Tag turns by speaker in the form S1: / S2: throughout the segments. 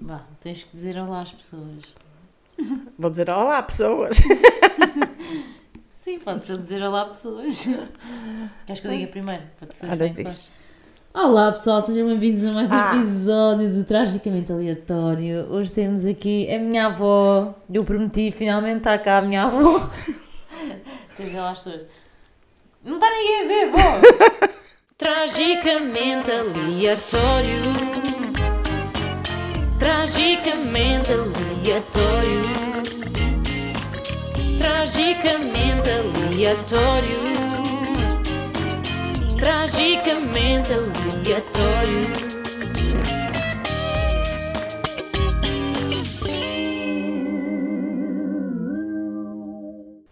S1: Vá, tens que dizer olá às pessoas.
S2: Vou dizer olá, pessoas.
S1: Sim, podes só dizer olá pessoas. Queres que eu diga primeiro? Para te
S2: Olha,
S1: Olha, é
S2: diz.
S1: Olá pessoal, sejam bem-vindos a mais um
S2: Ah.
S1: episódio de Tragicamente Aleatório. Hoje temos aqui a minha avó. Eu prometi, finalmente está cá a minha avó. Esteja lá as pessoas. Não está ninguém a ver, vó! Tragicamente Aleatório. Tragicamente Aleatório. Tragicamente aleatório. Tragicamente aleatório.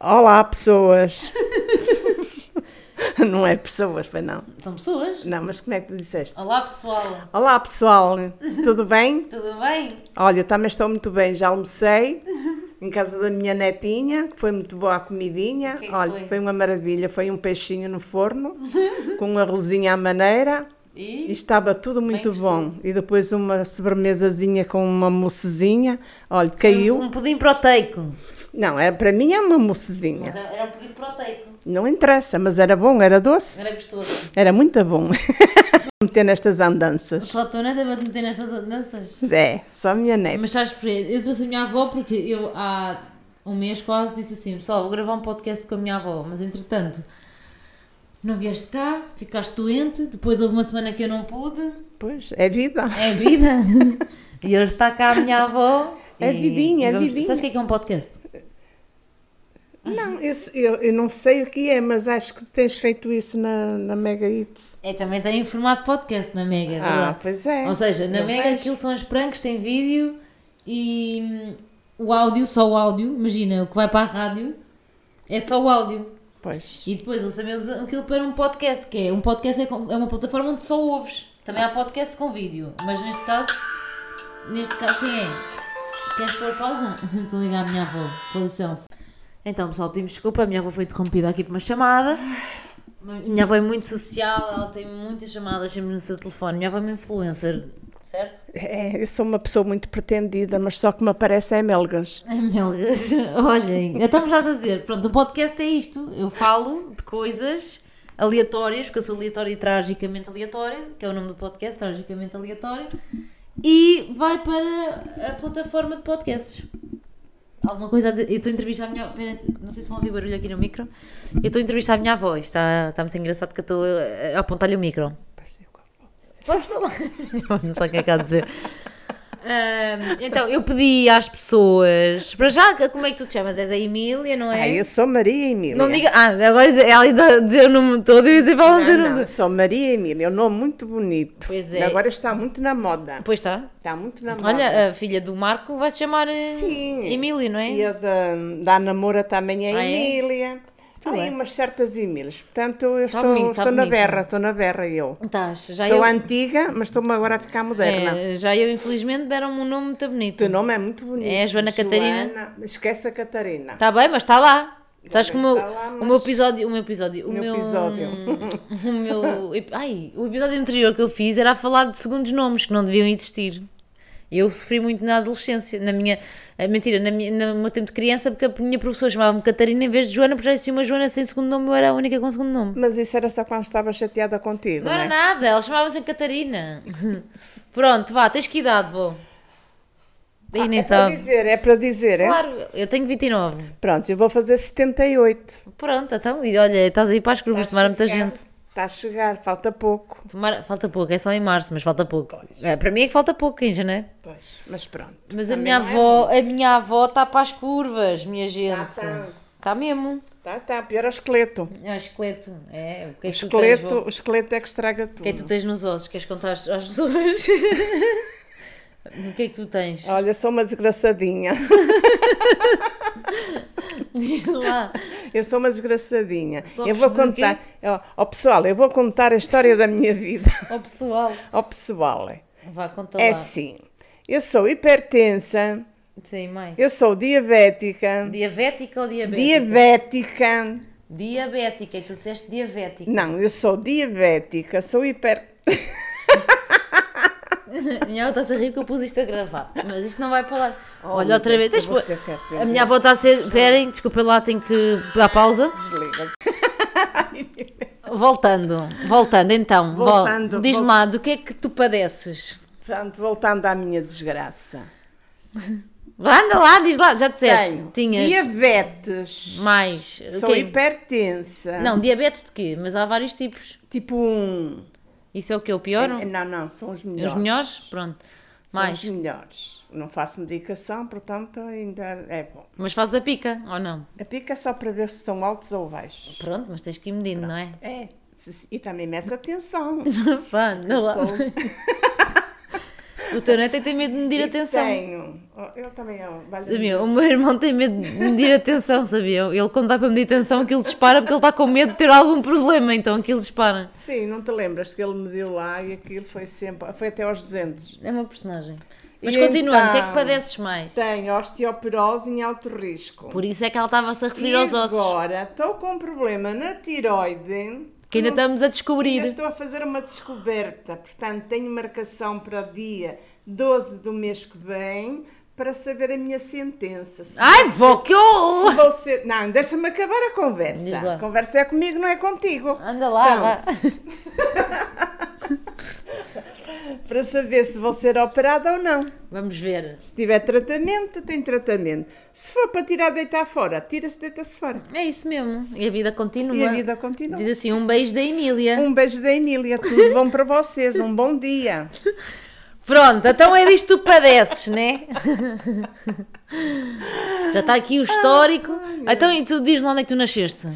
S2: Olá, pessoas. não é pessoas, foi não.
S1: São pessoas?
S2: Não, mas como é que tu disseste?
S1: Olá pessoal,
S2: Olá, pessoal. Tudo bem?
S1: tudo bem?
S2: Olha, também estou muito bem. Já almocei em casa da minha netinha, que foi muito boa a comidinha.
S1: O que é que
S2: Olha,
S1: foi?
S2: foi? uma maravilha. Foi um peixinho no forno, com um arrozinho à maneira. E
S1: E?
S2: estava tudo muito
S1: gostoso.
S2: bom. E depois uma sobremesazinha com uma moussezinha. Olha, caiu.
S1: Um pudim proteico.
S2: Não, é, para mim é uma moussezinha.
S1: Mas era um pudim proteico.
S2: Não interessa, mas era bom, era doce.
S1: Era gostoso.
S2: Era muito bom. meter nestas andanças.
S1: Só estou neta para te meter nestas danças.
S2: É, só a minha neta.
S1: Mas sabes por quê? Eu trouxe a minha avó porque eu há um mês quase disse assim: pessoal, vou gravar um podcast com a minha avó, mas entretanto não vieste cá, ficaste doente, depois houve uma semana que eu não pude,
S2: Pois, é vida.
S1: é a vida. e hoje está cá a minha avó.
S2: É
S1: e-
S2: vidinha,
S1: e
S2: é
S1: vamos-
S2: vidinha.
S1: Sabes o que é que é um podcast?
S2: Não, isso- eu, eu não sei o que é, mas acho que tens feito isso na, na Mega Hits.
S1: É, também tem em formato podcast na Mega,
S2: Ah,
S1: verdade?
S2: pois é.
S1: Ou seja, na
S2: Eu
S1: Mega
S2: vejo.
S1: aquilo são as pranks, tem vídeo e hum, o áudio, só o áudio, imagina, o que vai para a rádio é só o áudio.
S2: Pois.
S1: E depois eles também usam aquilo para um podcast, que é um podcast é, com- é uma plataforma onde só ouves. Também há podcast com vídeo, mas neste caso, neste caso, quem é? Queres pôr pausa? Estou a ligar à minha avó, com licença. Então, pessoal, pedimos desculpa, a minha avó foi interrompida aqui por uma chamada. Minha avó é muito social, ela tem muitas chamadas sempre no seu telefone. Minha avó é uma influencer, certo?
S2: É, eu sou uma pessoa muito pretendida, mas só que me aparece é melgas.
S1: Ai, melgas, olhem, estamos já a então dizer, pronto, o podcast é isto, eu falo de coisas aleatórias, porque eu sou aleatória e tragicamente aleatória, que é o nome do podcast, tragicamente aleatório, e vai para a plataforma de podcasts. Alguma coisa a dizer? Eu estou a entrevistar a minha. Espera, Não sei se vão ouvir barulho aqui no micro. Eu estou a entrevistar a minha avó. Isto Está, está muito engraçado que eu estou a- a apontar-lhe o micro.
S2: Parece que eu vou dizer.
S1: Podes falar. não sei o que é que há a dizer. Ahm, então, eu pedi às pessoas. Para já, como é que tu te chamas? És a Emília, não
S2: Ah,
S1: é?
S2: eu sou Maria Emília.
S1: não diga. Ah, agora dizer- ela ia dizer o nome todo e eu ia dizer para ela dizer o
S2: Não,
S1: nome
S2: não,
S1: todo.
S2: sou Maria Emília, é um nome muito bonito.
S1: Pois é.
S2: Agora está muito na moda.
S1: Pois está.
S2: Está muito na moda.
S1: Olha, a filha do Marco vai se chamar eh,
S2: Sim.
S1: Emília, não
S2: E
S1: é?
S2: a da, da namora também
S1: Ah,
S2: é
S1: é? Tá
S2: Emília. Há aí
S1: bem.
S2: umas certas Emílias. Portanto, eu estou,
S1: bonito, tá
S2: estou na
S1: bonito.
S2: berra, estou na berra eu.
S1: Estás. Já
S2: sou
S1: eu,
S2: antiga, mas estou-me agora a ficar moderna.
S1: é, já eu, infelizmente, deram-me um nome muito
S2: O teu
S1: bonito.
S2: nome é muito bonito.
S1: É a Joana Catarina. Tá.
S2: Esquece a Catarina.
S1: Está bem, mas está lá. Sabes que o meu,
S2: está Tá lá,
S1: o
S2: mas-
S1: meu episódio. O meu episódio. O
S2: Meu
S1: meu
S2: episódio.
S1: o meu. ep- Ai, o episódio anterior que eu fiz era a falar de segundos nomes que não deviam existir. Eu sofri muito na adolescência, na minha. ah, Mentira, na minha, no meu tempo de criança, porque a minha professora chamava-me Catarina em vez de Joana, porque já existia uma Joana sem segundo nome, eu era a única com segundo nome.
S2: Mas isso era só quando estava chateada contigo,
S1: Não
S2: não
S1: era
S2: é?
S1: nada, elas chamavam-se Catarina. Pronto, vá, tens que idade, vou. Daí nem
S2: é para
S1: sabe.
S2: dizer, é para dizer, é?
S1: Claro, eu tenho 29.
S2: Pronto, eu vou fazer 78.
S1: Ppronto, então, e olha, estás aí para as curvas, tomaram muita gente.
S2: Está a chegar, falta pouco.
S1: Tomara- falta pouco, é só em março, mas falta pouco. É, para mim é que falta pouco em janeiro.
S2: Pois, mas pronto.
S1: Mas a
S2: Também
S1: minha
S2: não é
S1: avó, a minha avó está para as curvas, minha gente.
S2: tá.
S1: Está mesmo.
S2: Tá, tá, pior é o esqueleto.
S1: É o esqueleto. É, o que
S2: O
S1: é que tu tens,
S2: esqueleto,
S1: vó?
S2: o esqueleto é que estraga
S1: O
S2: tudo.
S1: que é que tu tens nos ossos? Queres contar às às pessoas? o que é que tu tens?
S2: Olha, sou uma desgraçadinha.
S1: Diz lá.
S2: Eu sou uma desgraçadinha.
S1: Sofres
S2: eu vou
S1: de quê?
S2: contar. Ó, ó, pessoal, eu vou contar a história da minha vida.
S1: Ó pessoal.
S2: Ó pessoal,
S1: Vá, conta
S2: é
S1: lá.
S2: assim. Eu sou hipertensa,
S1: Sem mais.
S2: eu sou diabética,
S1: Diabética ou diabética?
S2: diabética.
S1: Diabética. E tu disseste diabética.
S2: Não, eu sou diabética, sou hiper.
S1: minha avó está-se a rir que eu pus isto a gravar. Mas isto não vai para lá.
S2: Oh,
S1: Olha, outra vez.
S2: Lucas,
S1: Deixa
S2: eu vou
S1: eu-
S2: ter que atender.
S1: a minha avó está a ser. Esperem, desculpem lá, tenho que dar pausa.
S2: Desliga.
S1: Voltando, voltando então. Vol-
S2: Voltando,
S1: Diz-me
S2: vol-
S1: lá, do que é que tu padeces?
S2: Portanto, voltando à minha desgraça.
S1: Vá, Anda lá, diz lá, já disseste.
S2: Tenho
S1: Tinhas
S2: diabetes.
S1: mais. o
S2: Sou
S1: quê?
S2: hipertensa.
S1: Não, diabetes de quê? Mas há vários tipos.
S2: Tipo um.
S1: Isso é o que? O pior?
S2: É- Não, não, são os melhores.
S1: Os melhores? Pronto.
S2: São
S1: Mais.
S2: os melhores. Não faço medicação, portanto ainda é bom.
S1: Mas fazes a pica, ou não?
S2: A pica é só para ver se estão altos ou baixos.
S1: Pronto, mas tens que ir medindo, não é?
S2: É. se- E também meço a tensão.
S1: Vá, anda lá.
S2: Sou-
S1: O teu neto é que tem medo de medir a
S2: e
S1: tensão.
S2: Tenho. Oh, Ele também é
S1: Sabia?
S2: um-
S1: O
S2: basicamente.
S1: meu irmão tem medo de medir a tensão, sabia? Ele quando vai para medir a tensão aquilo dispara porque ele está com medo de ter algum problema, então aquilo dispara.
S2: Sim, não te lembras que ele me deu lá e aquilo foi sempre. Foi até aos 200.
S1: É uma personagem. Mas
S2: E
S1: continuando, o que é que
S2: então?
S1: padeces mais?
S2: Tenho osteoporose em alto risco.
S1: Por isso é que ela estava-se a referir
S2: E
S1: aos ossos.
S2: Agora estou com um problema na tiroide.
S1: Que ainda
S2: Não
S1: estamos a
S2: sei-
S1: descobrir.
S2: Ainda estou a fazer uma descoberta. Portanto, tenho marcação para dia 12 do mês que vem para saber a minha sentença. Se
S1: Ai,
S2: vou
S1: vó, que
S2: ser- se
S1: horror!
S2: vou ser- Não, deixa-me acabar a
S1: Diz
S2: conversa.
S1: lá.
S2: A conversa é comigo, não é contigo.
S1: Anda lá,
S2: Então,
S1: vá.
S2: Para saber se vou ser operada ou não.
S1: Vamos ver.
S2: Se tiver tratamento, tem tratamento. Se for para tirar, deitar fora, tira-se, deita-se fora.
S1: É isso mesmo. E a vida continua.
S2: E a vida continua.
S1: é? Diz assim, um beijo da Emília.
S2: Um beijo da Emília, tudo bom para vocês, um bom dia.
S1: Pronto, então é disto que tu padeces, né? Já está aqui o histórico. Então, e tu diz lá onde é que tu nasceste?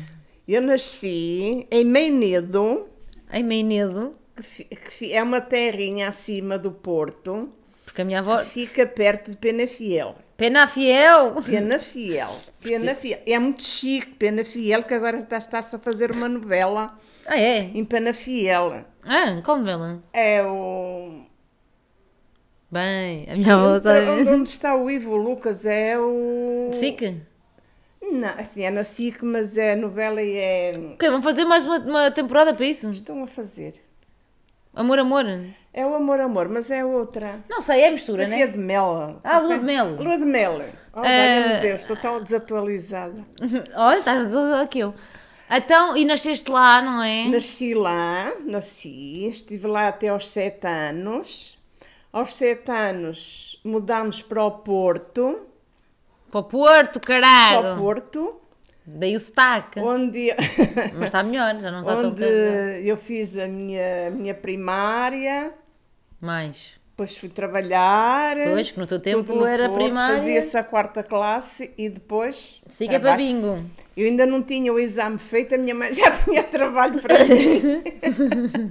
S2: Eu nasci em Meinedo,
S1: Em Meinedo,
S2: que, fi- que fi- é uma terrinha acima do Porto,
S1: porque a minha avó.
S2: que fica perto de Penafiel.
S1: Penafiel!
S2: Penafiel, Penafiel. É muito chique Penafiel, que agora está- está-se a fazer uma novela
S1: Ah, é?
S2: em Penafiel.
S1: Ah, como bela.
S2: É o...
S1: Bem, a minha avó
S2: Onde,
S1: sabe.
S2: onde está o Ivo Lucas é o...
S1: Sique?
S2: Não, assim, é na SIC, mas é novela e é...
S1: Ok, vamos fazer mais uma, uma temporada para isso?
S2: Estão a fazer.
S1: Amor, amor.
S2: É o Amor, Amor, mas é outra.
S1: Não sei, é
S2: Isso
S1: mistura,
S2: aqui
S1: né?
S2: é de mel.
S1: Ah,
S2: ok?
S1: lua de mel.
S2: Lua de mel. Oh,
S1: Eh,
S2: meu Deus, estou tão desatualizada.
S1: Olha, estás aqui eu. Então, e nasceste lá, não é?
S2: Nasci lá, nasci, estive lá até aos sete anos. Aos sete anos mudámos para o Porto,
S1: Para o Porto,
S2: para o
S1: caralho.
S2: Porto,
S1: Daí o sotaque.
S2: onde,
S1: Mas está melhor, já não está tão
S2: onde
S1: caro.
S2: eu fiz a minha, a minha primária,
S1: Mais.
S2: depois fui trabalhar.
S1: Pois, que no teu tempo
S2: tudo no
S1: era
S2: Porto,
S1: primária.
S2: Fazia-se a quarta classe e depois.
S1: Siga é para
S2: trabalho.
S1: bingo.
S2: Eu ainda não tinha o exame feito, a minha mãe já tinha trabalho para mim.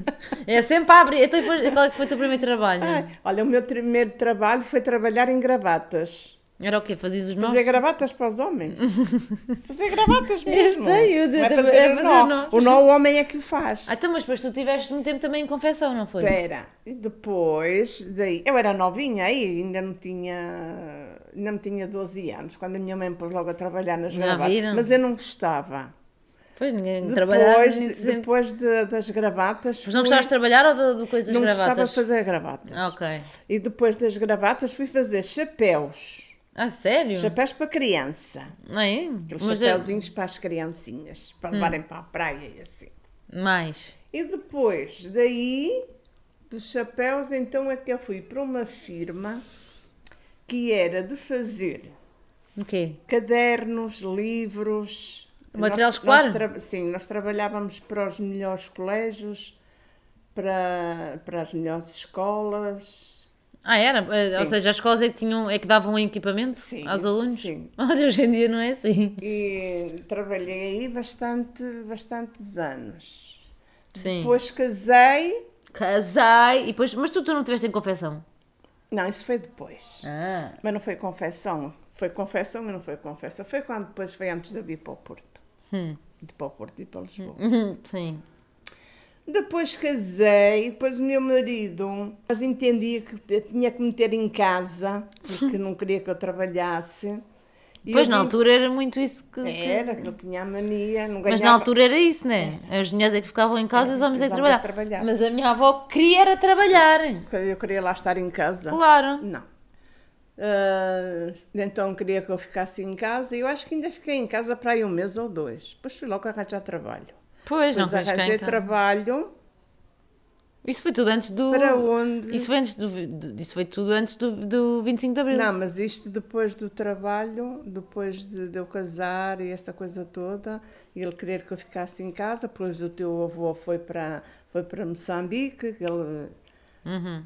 S1: É sempre a abrir. Então, foi, qual é que foi o teu primeiro trabalho?
S2: Ai, Olha, o meu primeiro trabalho foi trabalhar em gravatas.
S1: Era o quê? Fazias os nós?
S2: Fazer gravatas para os homens. fazer gravatas mesmo.
S1: sei, eu sei,
S2: Não é
S1: também-
S2: fazer,
S1: é
S2: o
S1: fazer
S2: nó.
S1: nós.
S2: O nó o homem é que o faz.
S1: Ah, então, mas depois tu tiveste um tempo também em confecção, não foi?
S2: Espera, e depois, daí, eu era novinha aí, ainda não tinha, ainda não tinha 12 anos, quando a minha mãe me pôs logo a trabalhar nas
S1: Já
S2: gravatas,
S1: viram?
S2: mas eu não gostava.
S1: Pois, ninguém trabalhava.
S2: Depois,
S1: nem sempre-
S2: depois de- das gravatas,
S1: Mas não
S2: fui-
S1: gostavas de trabalhar ou de, de coisas
S2: não gostava
S1: gravatas?
S2: de fazer gravatas.
S1: Ah, ok.
S2: E depois das gravatas fui fazer chapéus.
S1: Ah, sério?
S2: Chapéus para criança.
S1: Não é? Hum.
S2: Aqueles
S1: Mas,
S2: chapéuzinhos para as criancinhas, para levarem para a praia e assim.
S1: é, mais.
S2: E depois daí, dos chapéus, então é que eu fui para uma firma que era de fazer
S1: O quê?
S2: cadernos, livros.
S1: Material
S2: Nós-
S1: escolar?
S2: nós tra- sim, nós trabalhávamos para os melhores colégios, para, para as melhores escolas.
S1: Ah, era? Eh, Ou
S2: Sim.
S1: seja, as escolas é que, tinham, é que davam equipamento
S2: Sim,
S1: aos alunos?
S2: sim.
S1: Olha, hoje em dia não é assim.
S2: E trabalhei aí bastante, bastantes anos.
S1: Sim.
S2: Depois casei.
S1: Casai e depois. Mas tu, tu não tiveste em confecção?
S2: Não, isso foi depois.
S1: Ah.
S2: Mas não foi confessão. Foi confessão, mas não foi confessão. Foi quando depois foi antes de eu vir para o Porto.
S1: Hum.
S2: De para o Porto e para Lisboa.
S1: Sim.
S2: Depois casei, depois o meu marido, mas entendia que eu tinha que me ter em casa, porque não queria que eu trabalhasse. E
S1: Pois,
S2: eu
S1: na
S2: vim-
S1: altura era muito isso que... que-
S2: Era, que ele tinha a mania, não ganhava.
S1: Mas na altura era isso, né? As mulheres é que ficavam em casa e os homens é que
S2: Os homens é
S1: trabalhavam.
S2: que trabalhavam.
S1: Mas a minha avó queria era trabalhar.
S2: Eu queria lá estar em casa.
S1: Claro.
S2: Não. Ah, então queria que eu ficasse em casa e eu acho que ainda fiquei em casa para aí um mês ou dois. Depois fui logo arranjar trabalho.
S1: Pois, não
S2: Depois
S1: queres ficar em
S2: arranjei
S1: casa.
S2: trabalho
S1: Isso foi tudo antes do...
S2: para onde?
S1: Oh, Isso é- foi, antes do, do- isso foi tudo antes do, do 25 de Abril.
S2: Não, mas isto depois do trabalho, depois de, de eu casar e essa coisa toda, e ele querer que eu ficasse em casa, pois o teu avô foi para foi para Moçambique, que ele
S1: Uhum.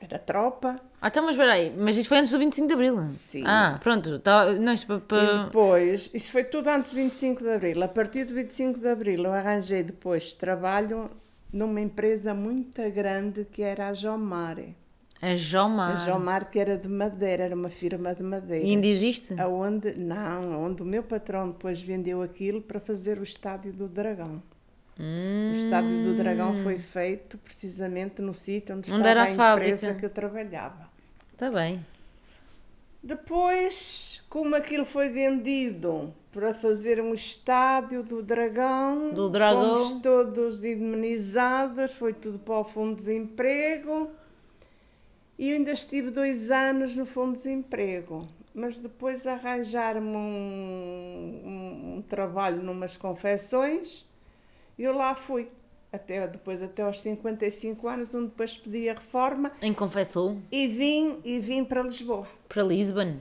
S2: era tropa.
S1: Ah, então, mas espera aí. Mas isto foi antes do 25 de Abril?
S2: Sim.
S1: Ah, pronto. Tá, não, isto para...
S2: E depois, isso foi tudo antes de 25 de Abril. A partir de 25 de Abril, eu arranjei depois trabalho numa empresa muito grande que era a Jomare.
S1: A Joma.
S2: A Jomar, que era de madeira, era uma firma de madeira.
S1: E ainda existe?
S2: Aonde, não, onde o meu patrão depois vendeu aquilo para fazer o Estádio do Dragão. O
S1: Hum,
S2: Estádio do Dragão foi feito precisamente no sítio onde,
S1: Onde
S2: estava
S1: era a
S2: a, empresa
S1: fábrica.
S2: que eu trabalhava.
S1: Está tá bem.
S2: Depois, como aquilo foi vendido para fazer um estádio do dragão,
S1: Do dragão.
S2: fomos todos indemnizados, foi tudo para o Fundo de Desemprego. E eu ainda estive dois anos no Fundo de Desemprego. Mas depois arranjaram-me um, um- um trabalho numas confecções e eu lá fui. Até, depois até aos 55 anos, onde depois pedi a reforma
S1: Em Confessou,
S2: e vim, e vim para Lisboa.
S1: para Lisbon.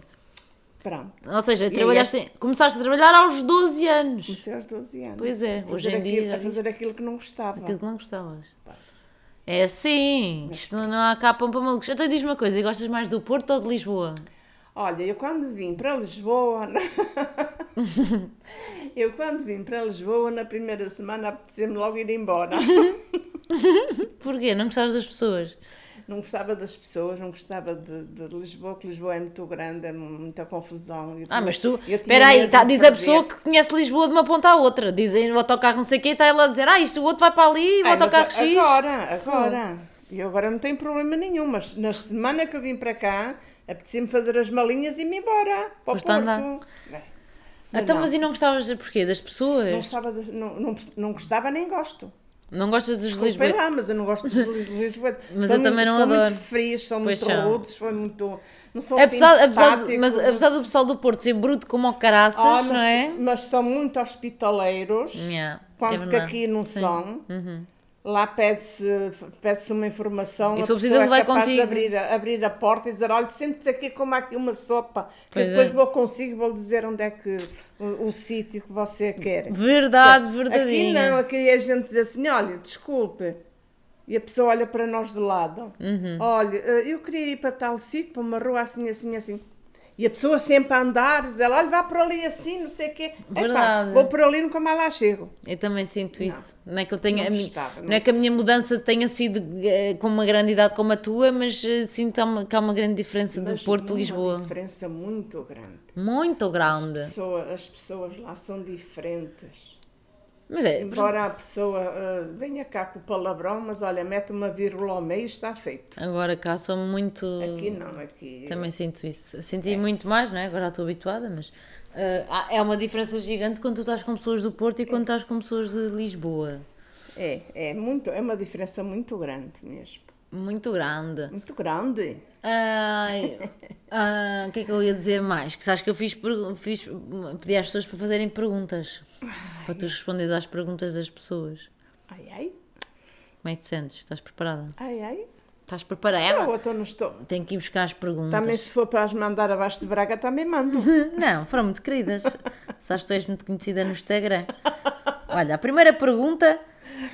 S2: Pronto.
S1: Ou seja, trabalhaste, começaste a trabalhar aos 12 anos.
S2: Comecei aos 12 anos.
S1: Pois é,
S2: A fazer
S1: hoje em
S2: aquilo-
S1: dia já
S2: A fazer aquilo que não gostava.
S1: Aquilo que não gostavas. É assim, isto não há cá pão para malucos. Então diz uma coisa, gostas mais do Porto ou de Lisboa?
S2: Olha, eu quando vim para Lisboa. na- eu quando vim para Lisboa, na primeira semana, apeteceu-me logo ir embora.
S1: Porquê? Não gostavas das pessoas?
S2: não gostava das pessoas, não gostava de, de Lisboa, que Lisboa é muito grande, é muita confusão. Eu
S1: Ah,
S2: tinha-
S1: mas tu,
S2: eu tinha
S1: espera aí,
S2: medo
S1: tá-
S2: de
S1: diz a
S2: perder.
S1: pessoa que conhece Lisboa de uma ponta à outra. Dizem o autocarro não sei o quê, está ela a dizer, ah, isto o outro vai para ali, o
S2: Ai, mas
S1: autocarro X.
S2: Agora, agora. E eu agora não tenho problema nenhum, mas na semana que eu vim para cá, apetecia-me fazer as malinhas e ir-me embora para o
S1: Foste andar.
S2: Porto. Bem,
S1: Então,
S2: não.
S1: mas e não gostavas de porquê? Das
S2: Não
S1: pessoas?
S2: gostava, de- não, não, não gostava nem gosto.
S1: Não gostas dos
S2: Desculpem
S1: Lisboa?
S2: lá, mas eu não gosto de Lisboa.
S1: Mas
S2: São
S1: eu também
S2: muito-
S1: não
S2: são
S1: adoro.
S2: muito frios, são
S1: Pois
S2: muito
S1: são.
S2: rudes, são muito... Não são
S1: É,
S2: assim
S1: Apesar, apesar, de-
S2: simpáticos.
S1: mas apesar do pessoal do Porto ser bruto como o caraças,
S2: Ah, mas,
S1: não é?
S2: mas são muito hospitaleiros,
S1: Yeah, é
S2: quanto que
S1: verdade. Uhum.
S2: aqui não são. Lá pede-se pede uma informação,
S1: E
S2: a
S1: se eu precisar,
S2: pessoa é
S1: ele vai
S2: capaz
S1: contigo.
S2: de abrir a, abrir a porta e dizer, olha, sente-se aqui, coma aqui uma sopa, que
S1: Pois
S2: eu depois
S1: é.
S2: vou consigo, vou dizer onde é que o, o sítio que você quer.
S1: Verdade,
S2: Aqui
S1: verdadeira.
S2: não, aqui a gente diz assim, olha, desculpe. E a pessoa olha para nós de lado.
S1: Uhum.
S2: Olha, eh, eu queria ir para tal sítio, para uma rua assim, assim, assim. E a pessoa sempre a andar, diz ela, olha, vá por ali assim, não sei o quê. Epá,
S1: Verdade.
S2: vou por ali, nunca mais lá chego.
S1: Eu também sinto isso. Não é que eu tenha.
S2: Não
S1: a mi-
S2: gostava,
S1: não
S2: não.
S1: é que a minha mudança tenha sido eh, com uma grande idade como a tua, mas eh, sinto que há uma- que há uma grande diferença
S2: Mas
S1: do Porto a
S2: uma
S1: Lisboa.
S2: diferença muito grande.
S1: Muito grande.
S2: Pessoa- as pessoas lá são diferentes.
S1: Mas é.
S2: Embora a pessoa eh, venha cá com o palavrão, mas olha, mete uma vírgula ao meio e está feito.
S1: Agora cá sou muito.
S2: Aqui não, aqui...
S1: Também sinto isso. Senti muito mais, não é? Agora já estou habituada, mas. eh, há- é uma diferença gigante quando tu estás com pessoas do Porto e quando estás com pessoas de Lisboa.
S2: É, é muito, é uma diferença muito grande mesmo.
S1: Muito grande.
S2: Muito grande.
S1: Ai, ah, o que é que eu ia dizer mais? Que sabes que eu fiz, pergu- fiz pedi às pessoas para fazerem perguntas para tu responderes às perguntas das pessoas.
S2: Ai, ai,
S1: Como é que te sentes? Estás preparada?
S2: ai, ai.
S1: Estás preparada?
S2: Ou então não estou.
S1: Tenho que ir buscar as perguntas.
S2: Também se for para as mandar abaixo de Braga, também mando.
S1: Não, foram muito queridas. Sabes que tu és muito conhecida no Instagram. Olha, a primeira pergunta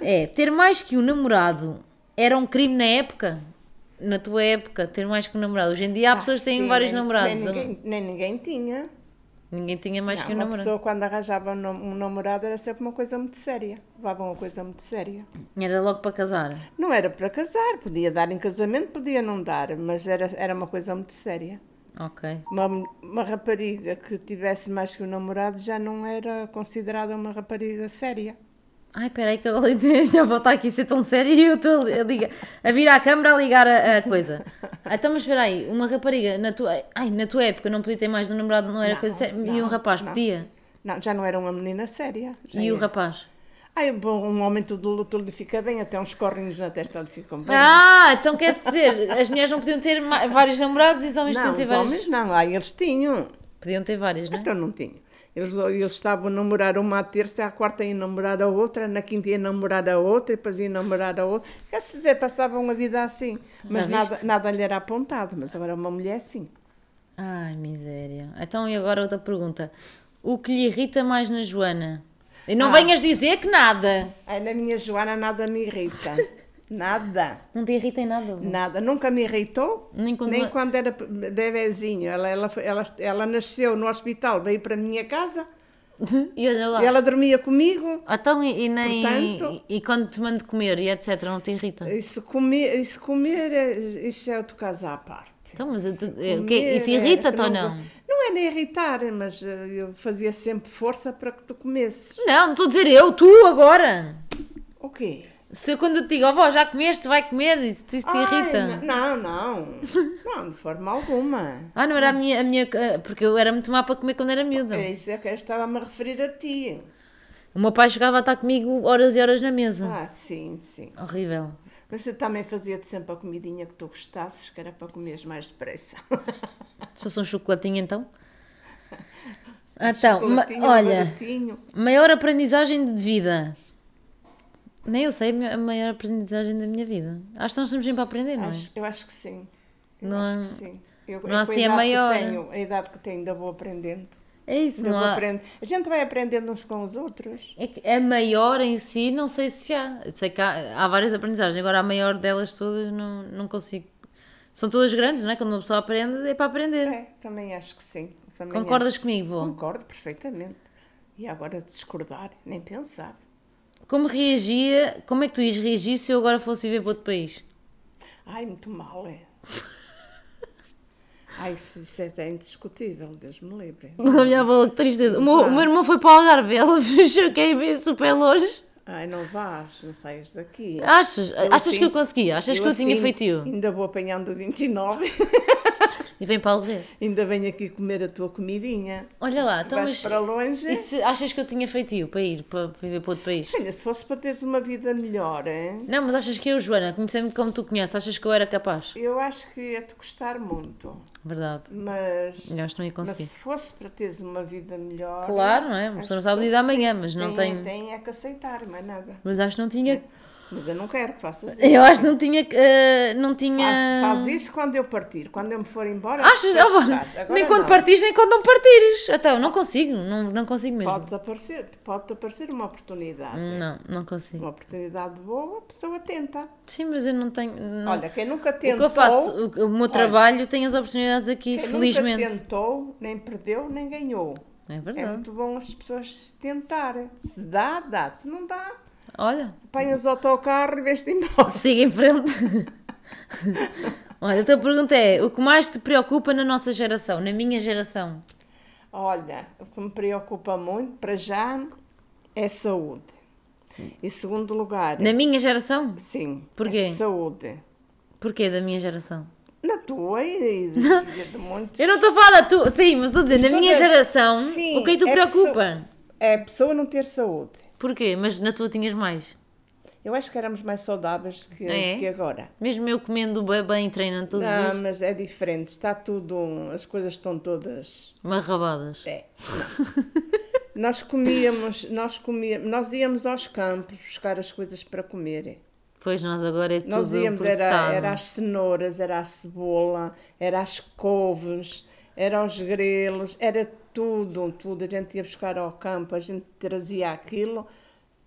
S1: é: ter mais que um namorado era um crime na época? Na tua época, ter mais que um namorado. Hoje em dia há pessoas que
S2: Ah,
S1: têm
S2: sim,
S1: vários
S2: nem-
S1: namorados.
S2: Nem ninguém, nem ninguém tinha.
S1: Ninguém tinha mais
S2: Não,
S1: que um
S2: uma
S1: namorado.
S2: pessoa quando arranjava um nam- um namorado era sempre uma coisa muito séria. Levava uma coisa muito séria.
S1: Era logo para casar.
S2: Não era para casar, podia dar em casamento, podia não dar, mas era, era uma coisa muito séria.
S1: Ok.
S2: Uma, uma rapariga que tivesse mais que um namorado já não era considerada uma rapariga séria.
S1: Ai, peraí, que agora já vou estar aqui a ser tão sério e eu estou a, ligar, a virar a câmara a ligar a, a coisa. Ah, Então, mas espera aí, uma rapariga, na tua, ai, na tua época não podia ter mais de um namorado, não era
S2: Não,
S1: coisa séria. E um
S2: não,
S1: rapaz,
S2: não.
S1: podia.
S2: Não, já não era uma menina séria. Já
S1: E o
S2: era.
S1: rapaz.
S2: Ai, bom, um homem tudo, tudo lhe fica bem, até uns corrinhos na testa lhe ficam bem.
S1: Ah, então quer dizer, as mulheres não podiam ter ma- vários namorados e os homens
S2: não,
S1: podiam ter
S2: os
S1: vários.
S2: homens não, ah, eles tinham.
S1: Podiam ter vários, não é?
S2: Então não tinham. Eles, eles estavam a namorar uma à terça, à quarta iam namorar a outra, na quinta iam namorar a outra, e depois iam namorar a outra. Quer se dizer, passavam a vida assim. Mas
S1: Ah,
S2: nada,
S1: viste?
S2: nada lhe era apontado, mas agora uma mulher sim.
S1: Ai, miséria. Então, e agora outra pergunta. O que lhe irrita mais na Joana? E não
S2: Ah.
S1: venhas dizer que nada.
S2: Ai, na minha Joana nada me irrita. Nada,
S1: Não te irrita em nada. vó.
S2: nada. Nunca me irritou.
S1: Nem quando-
S2: nem quando era bebezinho. Ela, ela, foi- ela, ela nasceu no hospital, veio para a minha casa,
S1: E olha lá.
S2: e ela dormia comigo.
S1: Então, e, e nem.
S2: Portanto- Eh,
S1: E, e quando te mando comer e etc., não te irrita?
S2: Isso comer, isso, comer é- isso é outro caso à parte.
S1: Então, mas eu te- é, o quê?
S2: Comer,
S1: isso
S2: é,
S1: irrita-te
S2: que
S1: ou não?
S2: Não é nem irritar, mas eh, eu fazia sempre força para que tu comesses.
S1: Não, não estou a dizer eu, tu agora.
S2: O quê?
S1: Se eu quando eu te digo, ó vó, já comeste, vai comer, isso, isso te
S2: Ai,
S1: irrita.
S2: n- Não, não. Não, de forma alguma.
S1: Ah, não era a minha, a minha. ah, Porque eu era muito má para comer quando era miúda.
S2: É isso é que eu estava-me a referir a ti.
S1: O meu pai chegava a estar comigo horas e horas na mesa.
S2: Ah, sim, sim.
S1: Horrível.
S2: Mas eu também fazia-te sempre a comidinha que tu gostasses, que era para comeres mais depressa.
S1: Se fosse um chocolatinho, então. Então, ma-
S2: Colotinho,
S1: olha,
S2: um baratinho.
S1: maior aprendizagem de vida. Nem eu sei a minha- a maior aprendizagem da minha vida. Acho que nós estamos sempre a aprender, não é?
S2: Acho- eu acho que sim. Eu
S1: Não
S2: acho
S1: há-
S2: que sim. Eu,
S1: não
S2: eu
S1: há
S2: com a
S1: assim a
S2: idade que
S1: maior.
S2: Tenho, a idade que tenho, ainda vou aprendendo.
S1: É isso,
S2: Ainda
S1: não
S2: vou
S1: há...
S2: aprendendo. A gente vai aprendendo uns com os outros.
S1: É que a maior em si, não sei se há. Eu Sei que há, há várias aprendizagens. Agora, a maior delas todas, não, não consigo. São todas grandes, não é? Quando uma pessoa aprende, é para aprender.
S2: É, também acho que sim. Também
S1: Concordas
S2: acho.
S1: comigo, vó?
S2: Concordo perfeitamente. E agora discordar, nem pensar.
S1: Como reagia, como é que tu ias reagir se eu agora fosse viver para outro país?
S2: Ai, muito mal é. Ai, isso, isso é até indiscutível, Deus me livre.
S1: A minha avó, que tristeza. O meu, o meu irmão foi para o Algarve, ela viajou, quer ver super longe.
S2: Ai, não vás, não saias daqui.
S1: Achas? achas
S2: assim-
S1: que eu conseguia? Achas que eu tinha
S2: assim,
S1: feito eu?
S2: Ainda vou apanhando o 29,
S1: E vem para Alger.
S2: ainda venho aqui comer a tua comidinha.
S1: Olha lá,
S2: Se tu
S1: então,
S2: vais
S1: mas-
S2: para longe.
S1: E se achas que eu tinha feito eu para ir, para viver para outro país?
S2: Olha, se fosse para teres uma vida melhor, hein?
S1: Não, mas achas que eu, Joana, conhecendo-me como tu conheces, achas que eu era capaz?
S2: eu acho que ia-te gostar muito.
S1: Verdade.
S2: Mas
S1: Eu acho que não ia
S2: Mas
S1: conseguir.
S2: se fosse para teres uma vida melhor.
S1: Claro, não é? Uma pessoa não
S2: acho
S1: sabe
S2: que
S1: o dia da
S2: todos
S1: manhã,
S2: têm-
S1: mas não
S2: têm-
S1: tem-
S2: têm é que aceitar, mais nada.
S1: Mas acho que não tinha.
S2: Mas eu não quero que faças isso.
S1: Eu acho que não tinha. eh, não tinha.
S2: Faz, faz isso quando eu partir. Quando eu me for embora.
S1: Achas?
S2: depois
S1: Oh,
S2: fazes. Agora
S1: nem quando
S2: não.
S1: partires, nem quando não partires. Então, não consigo, não, não consigo mesmo. Hum.
S2: Pode-te aparecer, pode aparecer uma oportunidade.
S1: Não, não consigo.
S2: Uma oportunidade boa, a pessoa tenta.
S1: Sim, mas eu não tenho. não-
S2: Olha, quem nunca
S1: o
S2: tentou.
S1: que eu faço, o, o meu
S2: Olha.
S1: trabalho, tenho as oportunidades aqui,
S2: Quem
S1: felizmente.
S2: nunca tentou, nem perdeu, nem ganhou.
S1: É
S2: É
S1: verdade.
S2: muito bom as pessoas tentarem. Se dá, dá. Se não dá,
S1: Olha,
S2: apanhas o autocarro e vês-te embora.
S1: siga em frente. Olha, a tua pergunta é: o que mais te preocupa na nossa geração, na minha geração?
S2: Olha, o que me preocupa muito, para já, é saúde. Em segundo lugar,
S1: Na minha geração?
S2: sim,
S1: Porquê?
S2: é saúde.
S1: Porquê da minha geração?
S2: Na tua e, e de, e de muitos.
S1: Eu não estou a falar da tua, sim, mas estou a dizer, na
S2: Estou
S1: minha
S2: a dizer-
S1: geração,
S2: Sim,
S1: o que é que te
S2: é
S1: preocupa?
S2: É a pessoa não ter saúde.
S1: Porquê? Mas na tua tinhas mais.
S2: Eu acho que éramos mais saudáveis que,
S1: É?
S2: do que agora.
S1: Mesmo eu comendo bem, bem treinando todos os
S2: Não,
S1: dias,
S2: mas é diferente. Está tudo. um, As coisas estão todas.
S1: marrabadas.
S2: É. não. nós comíamos, nós comíamos, nós íamos aos campos buscar as coisas para comer.
S1: Pois nós agora é tudo
S2: Nós íamos,
S1: processado.
S2: era, era as cenouras, era a cebola, era as couves, era os grelos, era tudo, tudo. A gente ia buscar ao campo, a gente trazia aquilo,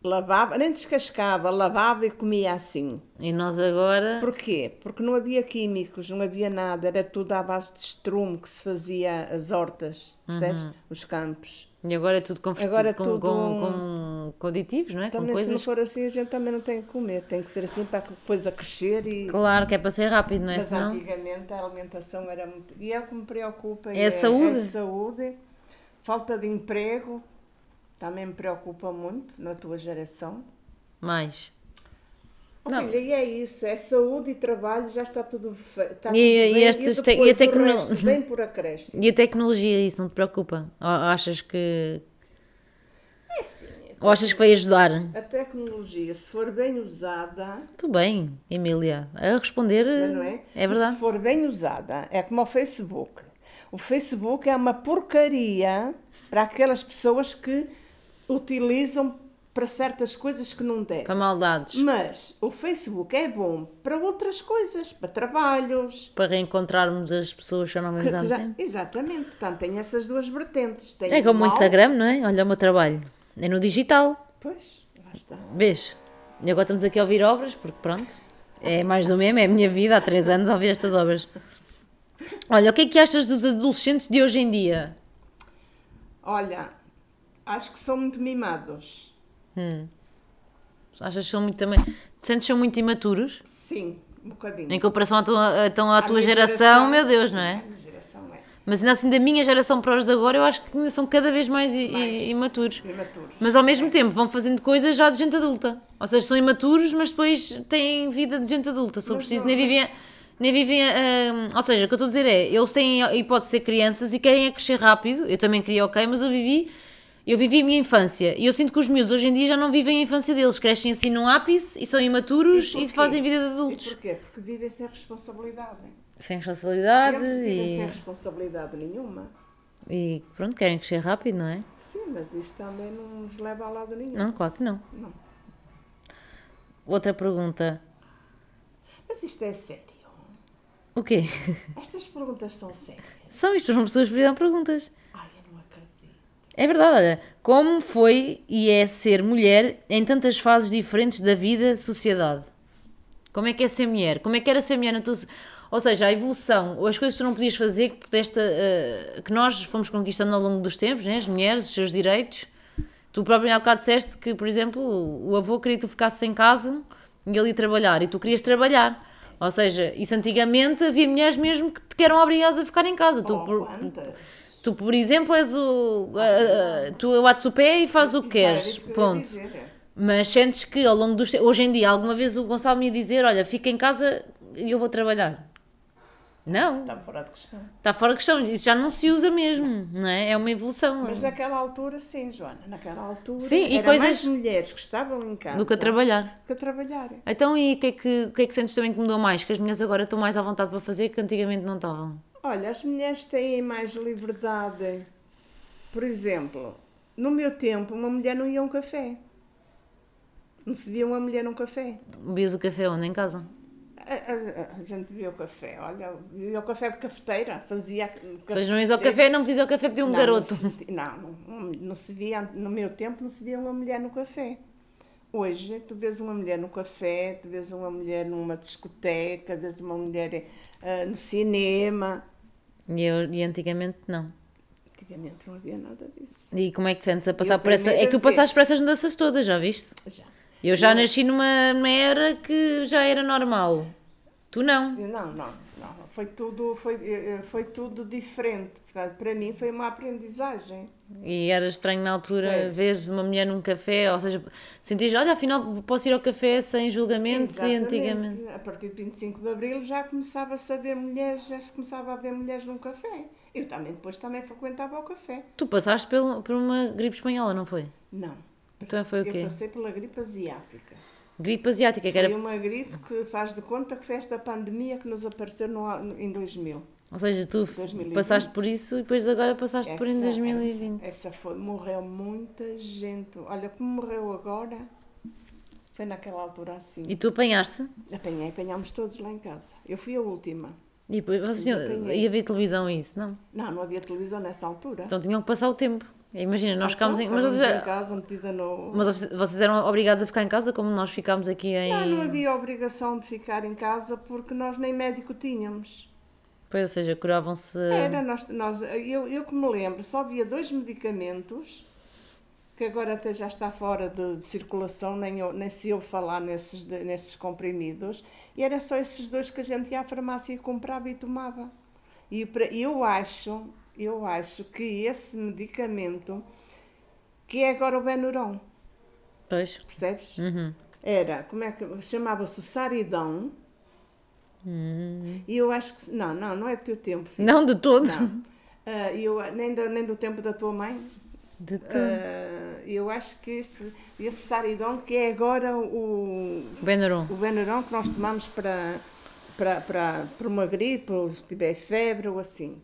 S2: lavava, nem descascava, lavava e comia assim.
S1: E nós agora...
S2: Porquê? Porque não havia químicos, não havia nada, era tudo à base de estrume que se fazia as hortas,
S1: Uhum.
S2: percebes? Os campos.
S1: E agora é tudo convertido
S2: Agora é
S1: com,
S2: tudo- um-
S1: com, com, com aditivos, não é? com
S2: Também se não
S1: coisas...
S2: for assim, a gente também não tem que comer, tem que ser assim para que a coisa crescer e...
S1: Claro que é para ser rápido, não é?
S2: Mas
S1: Senão...
S2: antigamente a alimentação era muito. E é o que me preocupa.
S1: É a saúde?
S2: saúde. Falta de emprego também me preocupa muito na tua geração.
S1: Mais.
S2: Oh,
S1: Não.
S2: filha, e é isso, é saúde e trabalho, já está tudo fe- está
S1: E-
S2: tudo bem,
S1: e estes te- e
S2: depois
S1: até que
S2: o
S1: não-
S2: resto vem por acréscimo.
S1: E a tecnologia, isso não te preocupa? Ou ou achas que.
S2: É assim,
S1: Ou achas que vai ajudar?
S2: a tecnologia, se for bem usada,
S1: Muito bem, Emília. A responder.
S2: não é?
S1: É verdade.
S2: Se for bem usada, é como o Facebook. O Facebook é uma porcaria para aquelas pessoas que utilizam para certas coisas que não devem.
S1: Para maldades.
S2: Mas o Facebook é bom para outras coisas, para trabalhos.
S1: Para reencontrarmos as pessoas que já não
S2: que-
S1: vemos há
S2: que
S1: muito
S2: já-
S1: tempo.
S2: exatamente, portanto, tem essas duas vertentes. Tem
S1: É como o
S2: mau,
S1: Instagram, não é? Olha o meu trabalho. É no digital.
S2: Pois, lá está.
S1: Vês? E agora estamos aqui a ouvir obras, porque pronto, é mais do mesmo, é a minha vida há três anos a ouvir estas obras. Olha, o que é que achas dos adolescentes de hoje em dia?
S2: Olha, acho que são muito mimados.
S1: Achas que são muito também. Sentes que são muito imaturos?
S2: Sim, um bocadinho.
S1: Em comparação à tua, então à
S2: A
S1: tua
S2: minha
S1: geração, meu Deus, não
S2: A
S1: é?
S2: minha geração é.
S1: Mas ainda assim, da minha geração para os de agora, eu acho que ainda são cada vez mais, i- i-
S2: Mais.
S1: imaturos.
S2: Prematuros.
S1: Mas ao mesmo tempo vão fazendo coisas já de gente adulta. Ou seja, são imaturos, mas depois têm vida de gente adulta. Se eu
S2: Mas
S1: preciso,
S2: não,
S1: nem
S2: mas-
S1: vivem. Nem vivem hum, ou seja, o que eu estou a dizer é, eles têm a hipótese de ser crianças e querem é crescer rápido. Eu também queria, ok, mas eu vivi. Eu vivi a minha infância e eu sinto que os miúdos hoje em dia já não vivem a infância deles, crescem assim num ápice e são imaturos e,
S2: porquê?
S1: fazem vida de
S2: E
S1: adultos.
S2: porquê? Porque vivem sem responsabilidade.
S1: Sem responsabilidade
S2: Eles vivem sem
S1: e,
S2: responsabilidade nenhuma.
S1: e pronto, querem crescer rápido, não é?
S2: Sim, mas isso também não nos leva a lado nenhum.
S1: Não, claro que não.
S2: Não.
S1: Outra pergunta.
S2: Mas isto é sério.
S1: O quê?
S2: Estas perguntas são sérias.
S1: São isto, são pessoas que fizeram perguntas.
S2: Ai, eu não acredito.
S1: É verdade, olha. Como foi e é ser mulher em tantas fases diferentes da vida, sociedade? Como é que é ser mulher? Como é que era ser mulher na tua. so- Ou seja, a evolução, ou as coisas que tu não podias fazer, que, pudeste, eh, que nós fomos conquistando ao longo dos tempos, né? as mulheres, os seus direitos. Tu próprio há bocado disseste que, por exemplo, o avô queria que tu ficasses em casa e ele ia trabalhar, e tu querias trabalhar. Ou seja, isso antigamente havia mulheres mesmo que te eram obrigadas a ficar em casa. Tu,
S2: Oh,
S1: Então, por-
S2: quantas?
S1: Tu, por exemplo, és o. a- a- tu bates o pé e fazes o que
S2: Isso era
S1: queres.
S2: isso que eu ia
S1: Ponto.
S2: dizer.
S1: Mas sentes que ao longo dos. te- Hoje em dia, alguma vez o Gonçalo me ia dizer: Olha, fica em casa e eu vou trabalhar. Não,
S2: Está fora de questão.
S1: está fora de questão. Isso já não se usa mesmo, não é? É uma evolução.
S2: Mas naquela altura, sim, Joana. Naquela altura,
S1: Sim, e
S2: era
S1: coisas-
S2: mais mulheres que estavam em casa
S1: Do que a trabalhar.
S2: do que a trabalhar.
S1: Então, e o que, é que, o que é que sentes também que mudou mais? Que as mulheres agora estão mais à vontade para fazer que antigamente não estavam.
S2: Olha, as mulheres têm mais liberdade. Por exemplo, no meu tempo, uma mulher não ia a um café. Não se via uma mulher num café.
S1: Bebias o café onde? Em casa?
S2: A, a- a gente bebia o café, olha, bebia o café de cafeteira, fazia.
S1: Ou seja, não ias ao café, não pedias ao café pedir um
S2: Não,
S1: garoto.
S2: Não, se, não, não- não se via, no meu tempo não se via uma mulher no café. Hoje, tu vês uma mulher no café, tu vês uma mulher numa discoteca, vês uma mulher eh, no cinema.
S1: E, eu- e antigamente não.
S2: Antigamente não havia nada disso.
S1: E como é que te sentes a passar
S2: Eu
S1: por essa. É que tu
S2: primeira
S1: passaste
S2: vez.
S1: por essas mudanças todas, já viste?
S2: Já.
S1: Eu já nasci numa, numa era que já era normal. Tu não.
S2: Eu- Não, não, não. Foi tudo, foi, eh, eh, foi tudo diferente. Portanto, para mim foi uma aprendizagem.
S1: E era estranho na altura
S2: Sei.
S1: veres uma mulher num café, ou seja, sentias, olha, afinal posso ir ao café sem julgamentos e antigamente.
S2: A partir de 25 de Abril já começava a saber mulheres, já se começava a ver mulheres num café. Eu também depois também frequentava o café.
S1: Tu passaste pelo, por uma gripe espanhola, não foi?
S2: Não.
S1: Então foi o quê?
S2: Eu passei pela gripe asiática.
S1: Gripe asiática, que
S2: Foi
S1: era.
S2: uma gripe que faz de conta que foi esta pandemia que nos apareceu no, ano- em 2000.
S1: Ou seja, tu f-
S2: 2020.
S1: passaste por isso e depois agora passaste por em 2020.
S2: Essa, essa foi, morreu muita gente. Olha, como morreu agora, foi naquela altura assim.
S1: E tu apanhaste?
S2: Apanhei, apanhámos todos lá em casa. Eu fui a última.
S1: E depois vocês
S2: apanhei.
S1: ia ver televisão e isso, não?
S2: Não, não havia televisão nessa altura.
S1: Então tinham que passar o tempo. Imagina, nós ficámos em.
S2: Então,
S1: Mas
S2: estávamos
S1: vocês,
S2: em
S1: já-
S2: casa metida no...
S1: mas vocês- vocês eram obrigados a ficar em casa como nós ficámos aqui em.
S2: Não, não havia obrigação de ficar em casa porque nós nem médico tínhamos.
S1: Pois, ou seja, curavam-se.
S2: Era, nós, nós, eu, eu que me lembro, só havia dois medicamentos que agora até já está fora de, de circulação, nem, eu- nem se ouve falar nesses, de- nesses comprimidos, e era só esses dois que a gente ia à farmácia e comprava e tomava. E para- eu acho, eu acho que esse medicamento, que é agora o Benuron,
S1: Pois.
S2: percebes? Era, como é que chamava-se o Saridão. E eu acho que. Não, não, não é do teu tempo. filho.
S1: Não de todo.
S2: Não. Ah, eu, nem, da- nem do tempo da tua mãe.
S1: De todo.
S2: Ah, eu acho que esse, esse Saridão, que é agora o,
S1: Benarum.
S2: o Benuron que nós tomamos para, para, para, para uma gripe, ou se tiver febre ou assim.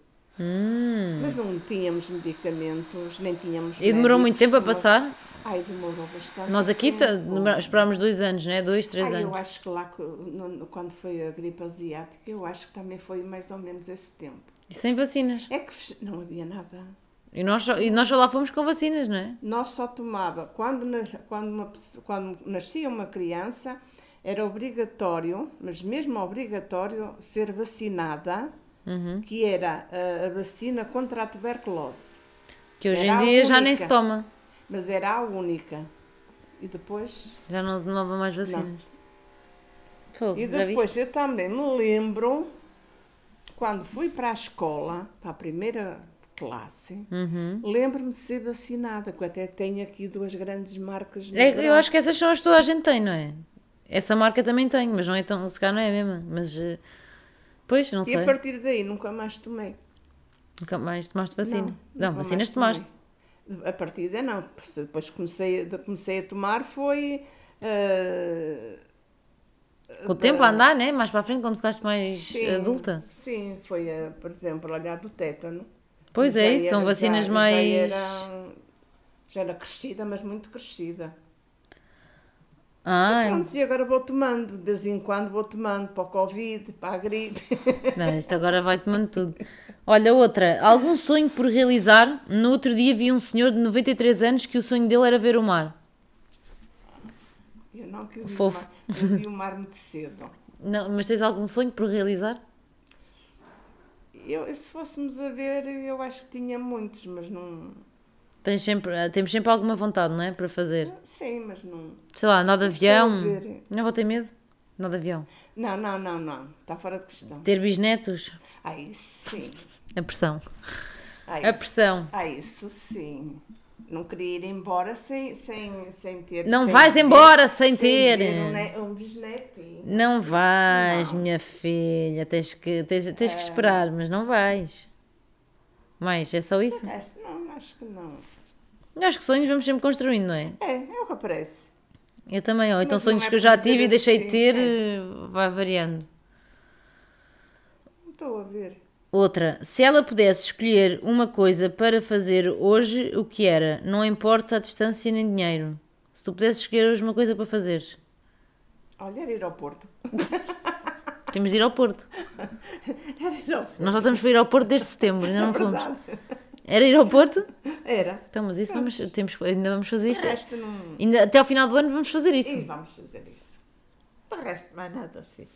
S2: Mas não tínhamos medicamentos, nem tínhamos.
S1: Hum. E demorou muito
S2: médicos,
S1: tempo a
S2: demorou-
S1: passar?
S2: Ai, demorou bastante.
S1: Nós aqui ta-
S2: tempo.
S1: demora- esperámos dois anos, né? Dois, três
S2: Ai, eu
S1: anos.
S2: acho que lá, que- no- no- quando foi a gripe asiática, eu acho que também foi mais ou menos esse tempo.
S1: E sem vacinas.
S2: É que fech- não havia nada.
S1: E nós, só, e nós só lá fomos com vacinas, né?
S2: Nós só tomava quando, nas- quando, uma pessoa- quando nascia uma criança era obrigatório, mas mesmo obrigatório, ser vacinada,
S1: Uhum.
S2: que era ah, a, vacina contra a tuberculose,
S1: Que hoje em
S2: Era a
S1: dia já nem
S2: única.
S1: se toma.
S2: mas era a única. E depois,
S1: Já não tomava mais vacinas. Fogo,
S2: e
S1: já viste?
S2: depois eu também me lembro quando fui para a escola, para a primeira classe,
S1: Uhum.
S2: lembro-me de ser vacinada, que eu até tenho aqui duas grandes marcas. no
S1: É, eu acho que
S2: braço.
S1: essas são as que toda a gente tem, não é? Essa marca também tenho, mas não é tão. Se calhar não é a mesma. Mas. eh, Pois, não é?
S2: E a
S1: sei.
S2: partir daí nunca mais tomei.
S1: Nunca mais tomaste vacina.
S2: Não,
S1: Não,
S2: nunca
S1: vacinas
S2: mais
S1: tomaste.
S2: tomei. A partir daí não. Depois comecei, de- comecei a tomar foi. eh,
S1: Com o tempo a andar, né? Mais para a frente, quando ficaste mais
S2: sim,
S1: adulta.
S2: Sim, foi, eh, por exemplo, olhar do tétano.
S1: Pois
S2: Já
S1: é, isso, são
S2: era-
S1: vacinas
S2: já-
S1: mais.
S2: Já era, já era crescida, mas muito crescida.
S1: Ai,
S2: Pronto, e agora vou tomando, de vez em quando vou tomando para o Covid, para a gripe.
S1: não, isto agora vai tomando tudo. Olha, outra. Algum sonho por realizar? No outro dia vi um senhor de 93 anos que o sonho dele era ver o mar.
S2: Eu não que eu vi, o
S1: Fofo.
S2: mar, eu vi o mar muito cedo.
S1: Não, mas tens algum sonho por realizar?
S2: Eu, se fôssemos a ver, eu acho que tinha muitos, mas não.
S1: Tens sempre, ah, temos sempre alguma vontade, não é? Para fazer.
S2: Sim, mas não.
S1: Sei lá, andar de
S2: Estou a
S1: avião.
S2: ver.
S1: Não vou ter medo? Andar de avião.
S2: Não, não, não, não. Está fora de questão.
S1: Ter bisnetos?
S2: Ah, isso sim.
S1: A pressão.
S2: Ah,
S1: A
S2: isso,
S1: pressão.
S2: ah, isso sim. Não queria ir embora sem, sem, sem ter.
S1: Não
S2: sem
S1: vais
S2: ver-
S1: embora sem ter. eh,
S2: ver um, ne- um bisnetinho.
S1: Não
S2: Isso
S1: vais,
S2: não.
S1: minha filha. Tens que, tens, tens
S2: É.
S1: que esperar, mas não vais. Mais, é só isso?
S2: Acho, não, acho que não.
S1: Eu acho que sonhos vamos sempre construindo, não é?
S2: É, é o que aparece.
S1: Eu também, ou então
S2: Mas não
S1: sonhos
S2: é
S1: que eu
S2: por
S1: já
S2: dizer
S1: tive e deixei de
S2: assim,
S1: ter,
S2: é.
S1: eh, vai variando.
S2: Não estou a ver.
S1: Outra, se ela pudesse escolher uma coisa para fazer hoje, o que era? Não importa a distância nem dinheiro. Se tu pudesses escolher hoje uma coisa para fazer,
S2: Olha, era ir ao Porto.
S1: temos de ir ao Porto.
S2: Era ir ao Porto.
S1: Nós já estamos para ir ao Porto desde setembro, ainda não
S2: é
S1: fomos.
S2: verdade.
S1: Era ir ao Porto?
S2: Era.
S1: Então, mas isso vamos, temos, ainda vamos fazer
S2: O
S1: isto.
S2: resto não.
S1: Ainda, até ao final do ano vamos fazer
S2: E
S1: isso.
S2: vamos fazer isso. De resto, mais nada, filho.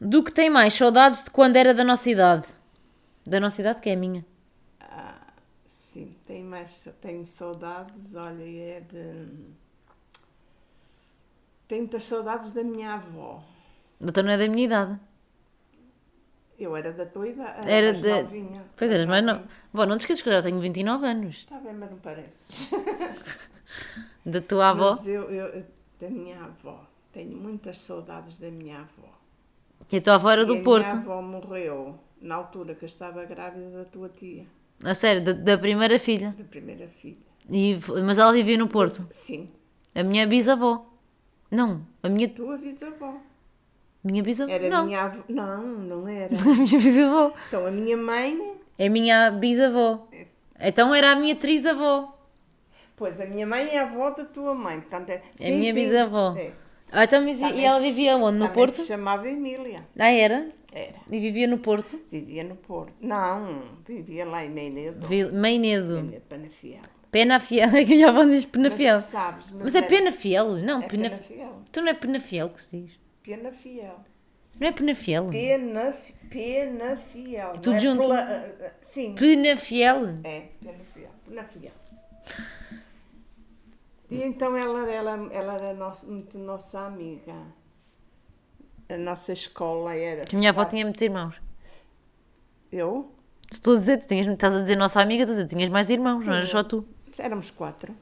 S1: Do que tem mais saudades de quando era da nossa idade? Da nossa idade que é a minha.
S2: Sim, tenho mais, tenho saudades, olha, é de. Tenho muitas saudades da minha avó.
S1: Então não é da minha idade.
S2: Eu era da tua idade,
S1: Era
S2: mais
S1: de-
S2: novinha.
S1: Pois eras mais não. Bom, não te esqueças que eu já tenho 29 anos.
S2: Está bem, mas não pareces.
S1: Da tua avó,
S2: Mas eu, eu- da minha avó, tenho muitas saudades da minha avó.
S1: que a tua avó era
S2: E
S1: do
S2: a
S1: Porto.
S2: minha avó morreu na altura que eu estava grávida da tua tia,
S1: A sério, da, da primeira filha.
S2: da primeira filha.
S1: E, f- mas ela vivia no Porto.
S2: Sim,
S1: A minha bisavó. Não, a minha,
S2: tua bisavó.
S1: minha bisavó.
S2: Era
S1: não,
S2: minha avó. Não, não era.
S1: a minha bisavó.
S2: Então a minha mãe
S1: É a minha bisavó.
S2: É.
S1: Então era a minha trisavó.
S2: Pois, a minha mãe é a avó da tua mãe, portanto é... Sim,
S1: minha
S2: sim,
S1: bisavó.
S2: é.
S1: Ah, então, mas e- e
S2: Também
S1: ela
S2: se-
S1: vivia onde? No
S2: também
S1: Porto?
S2: se chamava Emília,
S1: Ah, era?
S2: era.
S1: E vivia no Porto?
S2: Vivia no Porto. Não, vivia lá em Meinedo,
S1: Vi- Meinedo.
S2: Meinedo Panafiel.
S1: Pena fiel. É que a minha avó diz pena fiel.
S2: Mas sabes...
S1: Mas é
S2: era-
S1: pena fiel? Não,
S2: É
S1: pena...
S2: Penafiel.
S1: Então não é pena fiel que se diz.
S2: Penafiel.
S1: Não é pena fiel?
S2: Penaf... Penafiel. não
S1: Tudo
S2: é
S1: junto?
S2: pela- ah, ah, Sim,
S1: Pena fiel.
S2: é, Penafiel. Penafiel. E então ela, ela, ela era nossa, muito nossa amiga. A nossa escola era...
S1: Que a minha avó tinha muitos irmãos.
S2: Eu?
S1: Estou a dizer, tu tinhas, estás a dizer nossa amiga, estou a dizer, tinhas mais irmãos, não era só tu.
S2: Éramos quatro.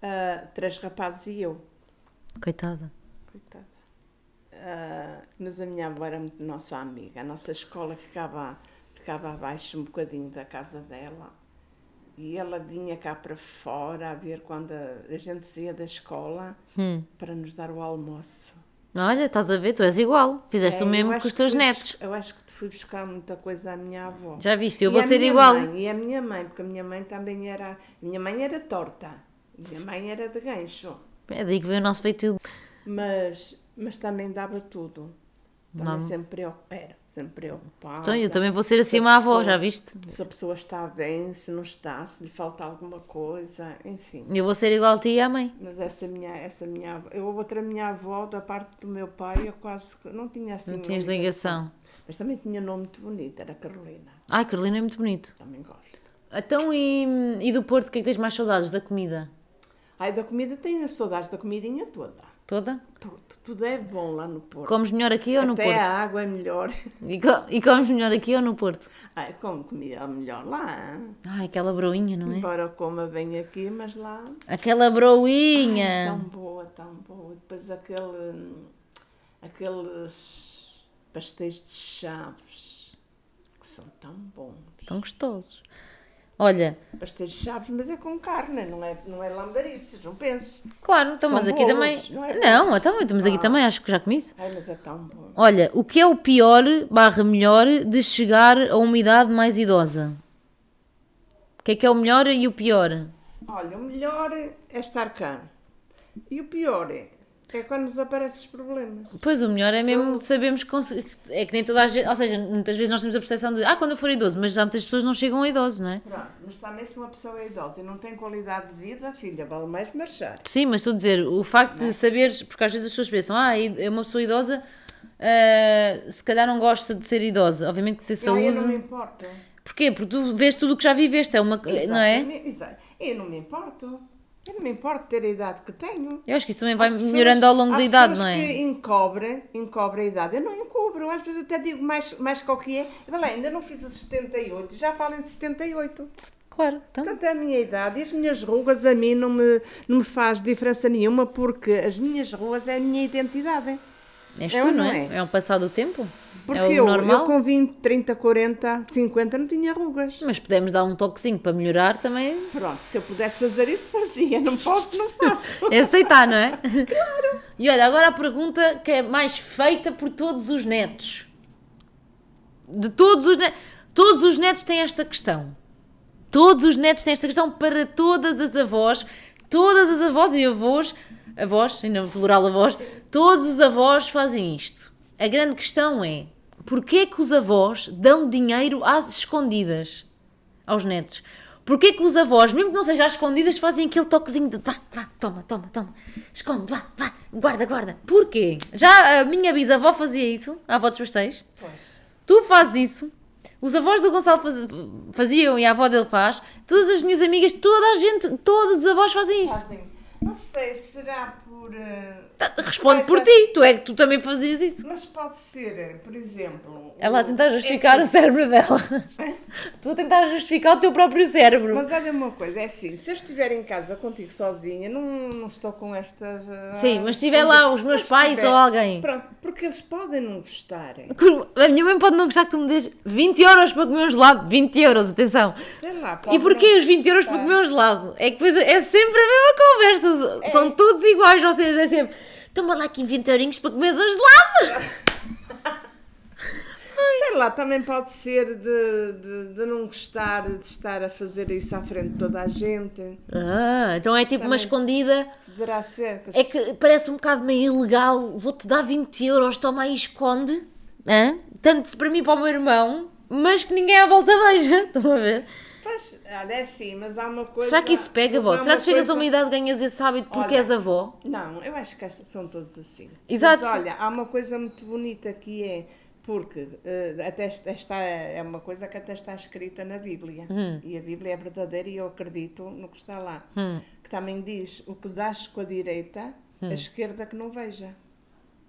S2: Ah, três rapazes e eu.
S1: Coitada.
S2: Coitada. Ah, mas a minha avó era muito nossa amiga. A nossa escola ficava, ficava abaixo um bocadinho da casa dela. E ela vinha cá para fora a ver quando a, a gente saía da escola
S1: Hum.
S2: para nos dar o almoço.
S1: Olha, estás a ver, tu és igual. Fizeste
S2: É,
S1: o
S2: eu
S1: mesmo
S2: acho
S1: com os
S2: que
S1: teus
S2: fui
S1: netos.
S2: bus- Eu acho que te fui buscar muita coisa à minha avó.
S1: Já viste, eu
S2: E
S1: vou
S2: à
S1: ser
S2: minha
S1: igual.
S2: mãe, e a minha mãe, porque a minha mãe também era. Minha mãe era torta. Minha mãe era de gancho.
S1: É daí que veio o nosso feitiço.
S2: Mas, mas também dava tudo. Também
S1: Não.
S2: sempre preocupada. Era, sempre preocupada.
S1: Então eu também vou ser
S2: Se
S1: assim
S2: a
S1: uma avó,
S2: pessoa-
S1: já viste?
S2: Se a pessoa está bem, se não está, se lhe falta alguma coisa, enfim.
S1: Eu vou ser igual a ti e à mãe.
S2: Mas essa minha, essa minha avó, eu outra minha avó, da parte do meu pai, eu quase que não tinha assim
S1: Não
S2: uma
S1: tinhas ligação.
S2: Mas também tinha um nome muito bonito, era Carolina.
S1: Ai, Carolina é muito bonito.
S2: Também gosto.
S1: Então e, e do Porto, o que é que tens mais saudades? Da comida?
S2: Ai, da comida tenho saudades da comidinha toda.
S1: Toda?
S2: Tudo, tudo é bom lá no Porto.
S1: Comes melhor aqui ou no
S2: Até
S1: Porto?
S2: a água é melhor.
S1: E, co- e comes melhor aqui ou no Porto?
S2: Ai, como comida é melhor lá. hein?
S1: Ai, aquela broinha, não é?
S2: Embora eu coma bem aqui, mas lá
S1: Aquela broinha!
S2: tão boa, tão boa. Depois aquele, hum, aqueles pastéis de chaves que são tão bons.
S1: Tão gostosos. Olha,
S2: Pastéis de chaves, mas é com carne, não é, não é lambarices, não penses.
S1: claro,
S2: São
S1: estamos aqui
S2: bolos,
S1: também.
S2: não é?
S1: Não, então estamos aqui também, acho que já comi isso.
S2: Ai, mas é tão bom.
S1: Olha, o que é o pior barra melhor de chegar a uma idade mais idosa? O que é que é o melhor e o pior?
S2: Olha, o melhor é estar cá. E o pior é, é quando nos aparecem os problemas.
S1: Pois o melhor é mesmo sabermos que conse- é que nem toda a gente, ou seja, muitas vezes nós temos a percepção de ah, quando eu for idoso, mas já muitas pessoas não chegam a idosos, não é?
S2: Pronto, mas também se uma pessoa é idosa e não tem qualidade de vida, filha, vale mais marchar.
S1: Sim, mas estou a dizer, o facto
S2: é?
S1: de saberes, porque às vezes as pessoas pensam, ah, é uma pessoa idosa, ah, se calhar não gosta de ser idosa, obviamente que ter
S2: Eu,
S1: saúde.
S2: eu não me importo.
S1: Porquê? Porque tu vês tudo o que já viveste, é uma. não é?
S2: Exatamente, exa- Eu não me importo. Eu não me importo de ter a idade que tenho.
S1: Eu acho que isso também vai
S2: As pessoas-
S1: melhorando ao longo
S2: há
S1: da idade, não
S2: pessoas
S1: é?
S2: que encobre, encobre a idade. Eu não encobro. Às vezes até digo mais, mais qual que é. Eu falo, ainda não fiz os 78. Já falo em 78.
S1: Claro, então.
S2: Portanto, é a minha idade e as minhas rugas a mim não me, não me faz diferença nenhuma porque as minhas rugas é a minha identidade.
S1: és
S2: é
S1: tu,
S2: ou
S1: não
S2: não
S1: é?
S2: é?
S1: É, um passado do tempo?
S2: Porque
S1: é o
S2: eu,
S1: normal?
S2: eu com 20, 30, 40, 50 não tinha rugas.
S1: Mas podemos dar um toquezinho para melhorar também.
S2: Pronto, se eu pudesse fazer isso, fazia. Não posso, não faço.
S1: É aceitar, não é? Claro! E olha, agora a pergunta que é mais feita por todos os netos. De todos os netos. Todos os netos têm esta questão. Todos os netos têm esta questão para todas as avós. Todas as avós e avós. Avós, e não plural avós. Todos os avós fazem isto. A grande questão é: porquê que os avós dão dinheiro às escondidas? aos netos. Porquê que os avós, mesmo que não seja às escondidas, fazem aquele toquezinho de vá, vá, toma, toma, toma, esconde, vá, vá, guarda, guarda. Porquê? Já a minha bisavó fazia isso, a avó dos pastéis.
S2: Pois.
S1: Tu fazes isso. Os avós do Gonçalo faz- faziam e a avó dele faz. Todas as minhas amigas, toda a gente, todos os avós fazem isso.
S2: Fazem. Não sei, será por. eh,
S1: Tá, Responde por ti, tu é que tu também fazias isso.
S2: Mas pode ser, eh, por exemplo.
S1: Ela a
S2: o-
S1: tentar justificar
S2: é
S1: o
S2: assim,
S1: cérebro dela. Tu a tentar justificar o teu próprio cérebro.
S2: Mas olha uma coisa, é assim, se eu estiver em casa contigo sozinha, não, não estou com estas. eh,
S1: Sim, mas se tiver lá os meus
S2: Mas se
S1: pais
S2: tiver-
S1: ou alguém.
S2: Pronto, porque eles podem não gostar.
S1: Que A minha mãe pode não gostar que tu me dês 20 euros para comer um gelado. 20 euros, atenção.
S2: Sei lá.
S1: E
S2: podem
S1: porquê
S2: não-
S1: os 20 euros para comer um gelado? É que depois é sempre a mesma conversa. São todos iguais, ou seja, é sempre... Toma lá aqui 20 eurinhos para comer um gelado.
S2: Sei lá, também pode ser de, de, de não gostar de estar a fazer isso à frente de toda a gente.
S1: Ah, então é tipo uma escondida.
S2: Poderá ser. que as
S1: É que parece um bocado meio ilegal. Vou-te dar 20 euros, toma aí, esconde. Hã? Tanto para mim e para o meu irmão, mas que ninguém à volta veja. Estão a ver?
S2: Pois, olha, é sim, mas há uma coisa.
S1: Será que isso pega,
S2: mas
S1: vó?
S2: há
S1: Será
S2: é. uma
S1: que chegas a
S2: coisa-
S1: uma idade ganhas esse hábito porque
S2: Olha,
S1: és avó?
S2: Não, eu acho que estas são todos assim.
S1: Exato.
S2: Mas olha, há uma coisa muito bonita que é. Porque eh, até est- esta é uma coisa que até está escrita na Bíblia.
S1: Hum.
S2: E a Bíblia é verdadeira e eu acredito no que está lá.
S1: Hum.
S2: Que também diz: o que dás com a direita, a esquerda que não veja.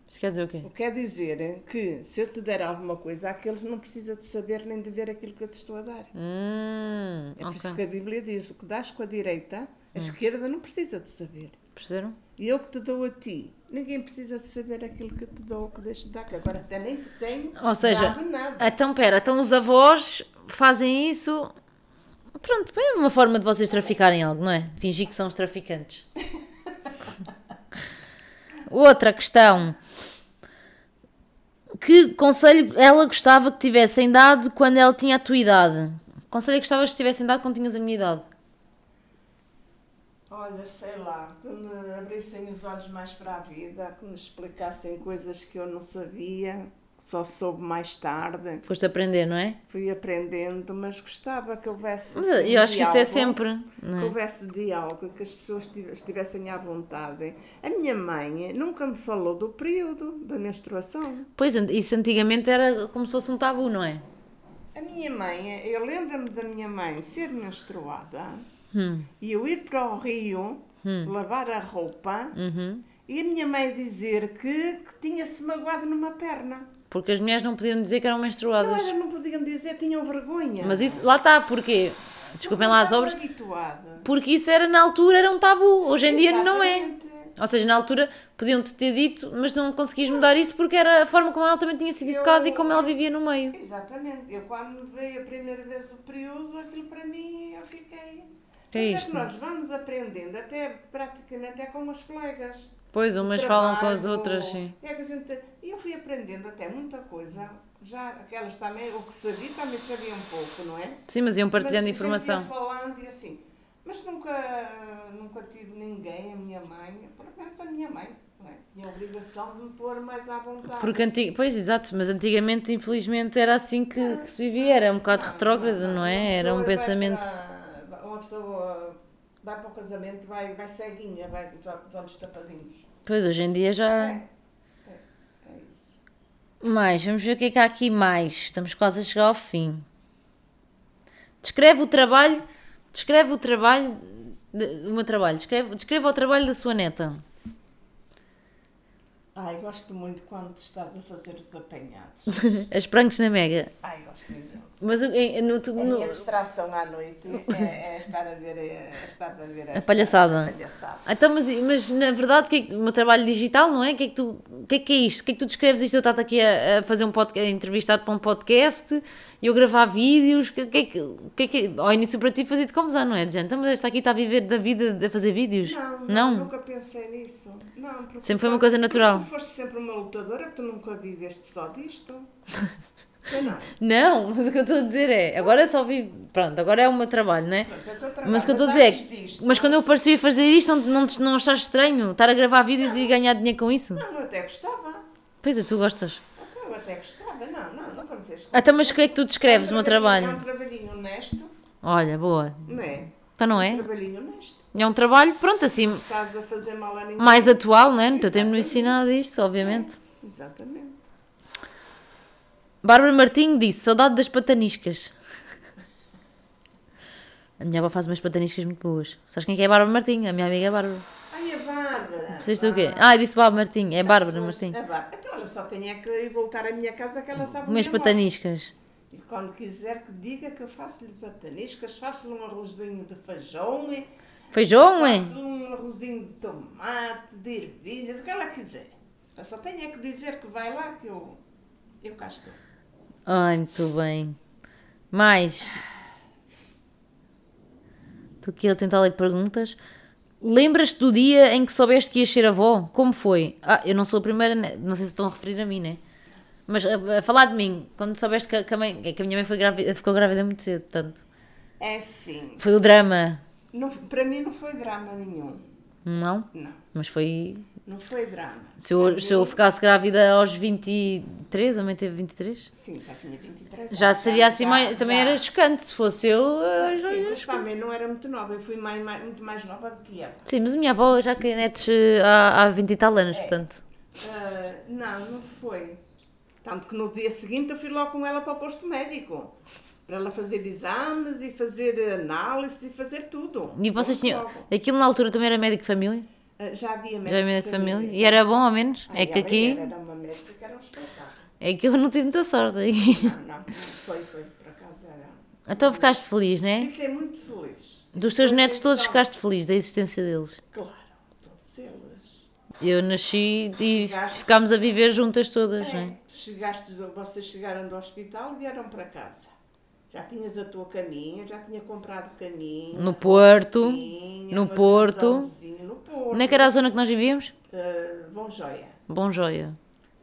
S1: Isso quer dizer o quê?
S2: O que quer dizer é que se eu te der alguma coisa, aquele não precisa de saber nem de ver aquilo que eu te estou a dar.
S1: Hum,
S2: É por isso
S1: ok. Hum.
S2: que a Bíblia diz: o que dás com a direita, a esquerda não precisa de saber.
S1: Perceberam?
S2: E eu que te dou a ti, ninguém precisa de saber aquilo que eu te dou ou que deixo de dar, que agora até nem te tenho
S1: Ou seja,
S2: dado nada.
S1: então pera, então os avós fazem isso. Pronto, é uma forma de vocês traficarem algo, não é? Fingir que são os traficantes. Outra questão. Que conselho ela gostava que tivessem dado quando ela tinha a tua idade? Conselho que gostavas que tivessem dado quando tinhas a minha idade?
S2: Olha, sei lá, que me abrissem os olhos mais para a vida, que me explicassem coisas que eu não sabia, que só soube mais tarde.
S1: Foste aprender, não é?
S2: Fui aprendendo, mas gostava que houvesse.
S1: Mas
S2: assim,
S1: eu acho que isso é
S2: diálogo.
S1: sempre. não é?
S2: que houvesse diálogo, que as pessoas tive- estivessem à vontade. A minha mãe nunca me falou do período da menstruação.
S1: Pois, isso antigamente era como se fosse um tabu, não é?
S2: A minha mãe, eu lembro-me da minha mãe ser menstruada
S1: Hum.
S2: e eu ir para o rio lavar a roupa
S1: Uhum.
S2: e a minha mãe dizer que, que tinha-se magoado numa perna.
S1: Porque as mulheres não podiam dizer que eram
S2: Não,
S1: menstruadas.
S2: era, não podiam dizer, tinham vergonha.
S1: Mas isso, lá está, porquê? Desculpem lá as obras.
S2: habituada.
S1: Porque isso era na altura, era um tabu. Hoje em dia não é.
S2: Exatamente.
S1: Ou seja, na altura podiam-te ter dito, mas não conseguias mudar isso porque era a forma como ela também tinha sido
S2: Eu-
S1: educada e como ela vivia no meio.
S2: Exatamente. Eu quando veio a primeira vez o período, aquilo para mim eu fiquei.
S1: Que
S2: Mas
S1: é
S2: é
S1: isto?
S2: que nós vamos aprendendo até praticamente até com os colegas.
S1: Pois, umas falam com as
S2: Trabalho,
S1: outras, sim.
S2: É que a gente, e eu fui aprendendo até muita coisa. Já aquelas também, o que sabia também sabia um pouco, não é?
S1: Sim, mas iam partilhando
S2: Mas A
S1: informação.
S2: gente ia falando e assim. Mas nunca, nunca tive ninguém, a minha mãe, por menos a minha mãe, não é? Tinha a obrigação de me pôr mais à vontade.
S1: Porque é antigo, pois exato, mas antigamente infelizmente era assim que, que se vivia, era um bocado retrógrado, não
S2: Uma
S1: é? Era um
S2: pessoa vai
S1: pensamento.
S2: para- uma pessoa vai para o casamento, vai, vai ceguinha, vai com os olhos tapadinhos.
S1: Pois hoje em dia já.
S2: É. É isso.
S1: Mais, vamos ver o que é que há aqui mais. Estamos quase a chegar ao fim. Descreve o trabalho, descreve o trabalho, de- o meu trabalho, descreve, descreva o trabalho da sua neta.
S2: Ai, gosto muito quando estás a fazer os apanhados.
S1: As prancos na mega.
S2: Ai, gosto imenso.
S1: Mas o- em- no,
S2: A
S1: no,
S2: minha distração à noite é, é estar a ver, é estar a ver esta-
S1: palhaçada.
S2: a palhaçada.
S1: Ah, Então, mas, mas na verdade, o que é que- o meu trabalho digital, não é? O que é que, tu, o que, é que é isto? O que é que tu descreves isto? Eu estou aqui a, a fazer um podcast, entrevistado para um podcast, e eu gravar vídeos, o que, o que é que, o que, é que- Ao início para ti fazia de confusão, não é, gente? Então, mas esta aqui está a viver da vida de a fazer vídeos?
S2: Não, não, nunca pensei nisso. Não, porque
S1: Sempre foi uma
S2: tu-
S1: coisa natural.
S2: Tu foste sempre uma lutadora, tu nunca viveste só disto. Eu não.
S1: Não, mas o que eu estou a dizer é, agora só vivo. Pronto, agora é o meu trabalho, não é?
S2: Pronto, é o teu trabalho,
S1: Mas o que eu estou a dizer é
S2: antes
S1: que,
S2: disto-
S1: mas quando eu percebi fazer isto, não, não, te- não achaste estranho estar a gravar vídeos e ganhar dinheiro com isso?
S2: Não, eu até gostava.
S1: Pois é, tu gostas.
S2: Até, eu até gostava. Não, não, não vamos ver.
S1: Até mas o que é que tu descreves o meu
S2: É um
S1: trabalho?
S2: trabalhinho honesto,
S1: Olha, boa.
S2: não é?
S1: Então não
S2: Um
S1: é?
S2: trabalhinho honesto.
S1: É um trabalho, pronto, assim,
S2: Estás a fazer mal a ninguém.
S1: mais atual, não é? No teu tempo não
S2: Exatamente.
S1: ensinado isto, obviamente.
S2: Exatamente.
S1: Bárbara Martinho disse, saudade das pataniscas. A minha avó faz umas pataniscas muito boas. Sabes quem é que é a Bárbara Martinho? A minha amiga é a Bárbara.
S2: Ai, a Bárbara.
S1: Vocês estão o quê? Ah, eu disse Bárbara Martinho. É Bárbara
S2: Pois,
S1: Martinho.
S2: A Bárbara. Então ela só tem é que ir voltar à minha casa que ela sabe
S1: Minhas
S2: onde eu moro.
S1: pataniscas.
S2: E quando quiser que diga que eu faço-lhe pataniscas, faço-lhe um arrozinho de feijão, e
S1: Feijão, é?
S2: faço-lhe um arrozinho de tomate, de ervilhas, o que ela quiser. Ela só tem é que dizer que vai lá que eu, eu cá estou.
S1: Ai, muito bem. Mais. Estou aqui a tentar ler perguntas. Lembras-te do dia em que soubeste que ias ser avó? Como foi? Ah, eu não sou a primeira, né? não sei se estão a referir a mim, né? Mas a, a falar de mim, quando soubeste que a, que a mãe- que a minha mãe foi grávida- ficou grávida muito cedo, tanto.
S2: É sim.
S1: Foi o drama,
S2: Não, para mim não foi drama nenhum.
S1: não?
S2: Não,
S1: Mas foi.
S2: não foi drama.
S1: Se eu, se eu ficasse grávida aos 23, a mãe teve 23?
S2: Sim, já tinha 23 anos.
S1: Já seria assim
S2: já-
S1: mais. Também
S2: já.
S1: era chocante. Se fosse eu, eu já
S2: Sim,
S1: ia
S2: mas também não era muito nova. Eu fui mais- mais- muito mais nova do que ela.
S1: Sim, mas a minha avó já queria netos eh, há, há 20 e tal
S2: É.
S1: anos, portanto.
S2: Ah, não, não foi. Tanto que no dia seguinte eu fui logo com ela para o posto médico. Para ela fazer exames e fazer análises e fazer tudo.
S1: E vocês
S2: Logo,
S1: tinham.
S2: logo.
S1: Aquilo na altura também era médico de família?
S2: Ah, Já havia médico
S1: Já é
S2: de
S1: minha família.
S2: família,
S1: E era bom, ao menos.
S2: Ah,
S1: É que aqui.
S2: Era, era uma médica que era um espetáculo.
S1: É que eu não tive muita sorte aí.
S2: Não, não, não, foi, foi, por acaso era.
S1: Então ficaste feliz, né?
S2: Fiquei muito feliz.
S1: Dos teus
S2: Foi assim, então.
S1: netos
S2: sempre
S1: todos
S2: bom.
S1: ficaste feliz da existência deles.
S2: Claro, todos eles.
S1: Eu nasci e
S2: Chegaste-
S1: ficámos a viver juntas todas, né?
S2: É, chegaste, vocês chegaram do hospital e vieram para casa. Já tinhas a tua caminha, já tinha comprado caminha.
S1: No Porto.
S2: caminha,
S1: no
S2: um
S1: Porto.
S2: hotelzinho No Porto.
S1: Onde é que era a zona que nós vivíamos?
S2: Ah, bom joia.
S1: Bom joia.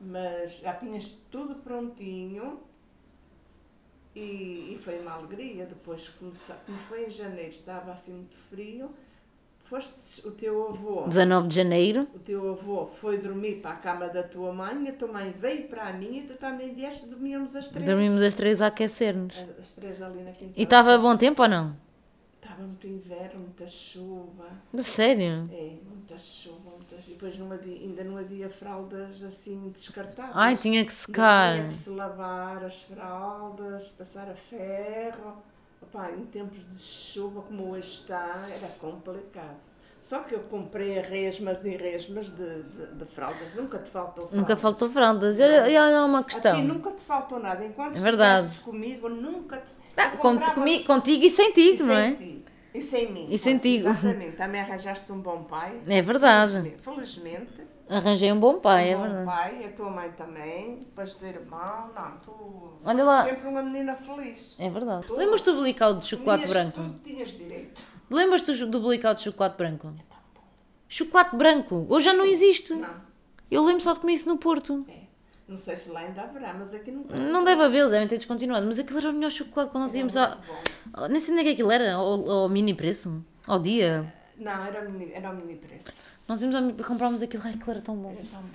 S2: Mas já tinhas tudo prontinho. E, e foi uma alegria depois começar. Como foi em janeiro, estava assim muito frio. Foste o teu avô.
S1: 19 de janeiro.
S2: O teu avô foi dormir para a cama da tua mãe, a tua mãe veio para a minha e tu também vieste, dormíamos as três.
S1: Dormimos as três a aquecer-nos.
S2: as... três ali na quinta.
S1: E estava bom tempo ou não?
S2: Estava muito inverno, muita chuva.
S1: Sério?
S2: É, muita chuva, muita chuva. E depois não havia, ainda não havia fraldas assim descartáveis.
S1: Ai, tinha que
S2: Ainda
S1: secar.
S2: Tinha que se lavar as fraldas, passar a ferro. Opá, em tempos de chuva como hoje está, era complicado. Só que eu comprei resmas e resmas de, de, de fraldas. Nunca te faltou fraldas.
S1: Nunca faltou fraldas. E olha, e olha uma
S2: A ti
S1: questão.
S2: nunca te faltou nada. Enquanto
S1: É verdade.
S2: estivesses comigo, nunca te.
S1: Tá,
S2: Eu
S1: com-
S2: comprava
S1: comi- contigo e sem ti,
S2: E
S1: não é?
S2: sem ti. E sem mim.
S1: E sem
S2: posso-
S1: ti.
S2: Exatamente. Também arranjaste um bom pai.
S1: É verdade.
S2: Felizmente. felizmente
S1: Arranjei um bom pai, é
S2: um bom
S1: verdade.
S2: pai, a tua mãe também, depois o teu irmão. Não, tu.
S1: Olha lá.
S2: Sempre uma menina feliz.
S1: É verdade.
S2: Tudo.
S1: Lembras-te do blical de chocolate
S2: Comias
S1: branco?
S2: tudo, tinhas direito. Tá
S1: Lembras-te do blical de chocolate branco? Chocolate branco! Hoje já não existe.
S2: Não.
S1: Eu lembro só de comer isso no Porto.
S2: É. Não sei se lá ainda haverá, mas aqui nunca.
S1: Não deve haver, eles devem ter descontinuado. Mas aquilo era o melhor chocolate quando nós íamos ao. ao- Nem sei onde é que aquilo era, ao, ao mini preço, ao dia.
S2: Não, era o mini, era o mini preço.
S1: Nós íamos ao mini comprámos aquilo, ai, aquilo era tão é bom.
S2: Era tão bom.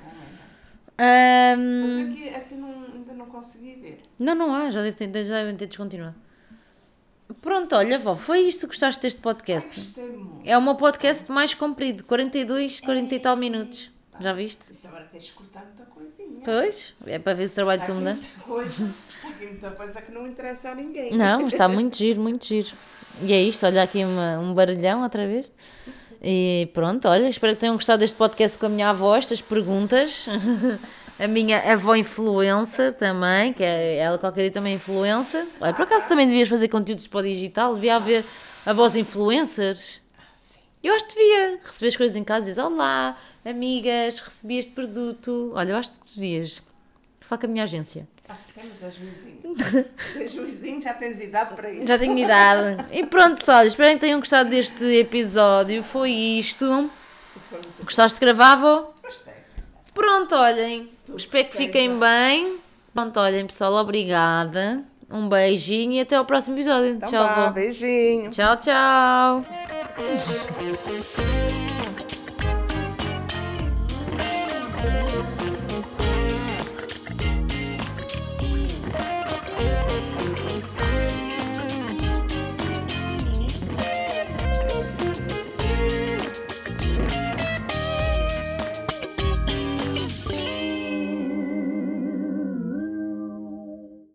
S2: Era.
S1: Ahm,
S2: Mas aqui, aqui não, ainda não consegui ver.
S1: Não, não há, já, deve ter- já devem ter descontinuado. Pronto, olha, vó, foi isto que gostaste deste
S2: Ai,
S1: podcast.
S2: gostei muito.
S1: É o meu podcast mais comprido, 42, 40 e tal minutos. Já viste?
S2: Isso agora tens de cortar muita coisinha.
S1: Pois, é para ver se o trabalho que
S2: Está
S1: tu
S2: aqui
S1: me dás.
S2: muita coisa, está aqui muita coisa que não interessa a ninguém.
S1: Não, mas está muito giro, muito giro. E é isto, olha aqui uma- um barulhão outra vez. E pronto, olha, espero que tenham gostado deste podcast com a minha avó, estas perguntas. A minha avó influencer também, que é- ela qualquer dia também é influencer. Olha, por acaso também devias fazer conteúdos para o digital? Devia haver avós influencers?
S2: Sim.
S1: Eu acho que devia receber as coisas em casa e dizer Olá, amigas, recebi este produto. Olha, eu acho que tu devias. Fala com a minha agência.
S2: Ah, temos as vizinhas. Tens vizinhos, já tens idade para isso.
S1: Já tenho idade. E pronto, pessoal, espero que tenham gostado deste episódio. Foi isto.
S2: Foi muito
S1: Gostaste de gravar, vó?
S2: gostei.
S1: Pronto, olhem.
S2: Tudo
S1: espero que
S2: seja.
S1: fiquem bem. Pronto, olhem, pessoal, obrigada. Um beijinho e até ao próximo episódio.
S2: Então
S1: tchau,
S2: vá,
S1: vó.
S2: beijinho.
S1: Tchau, tchau.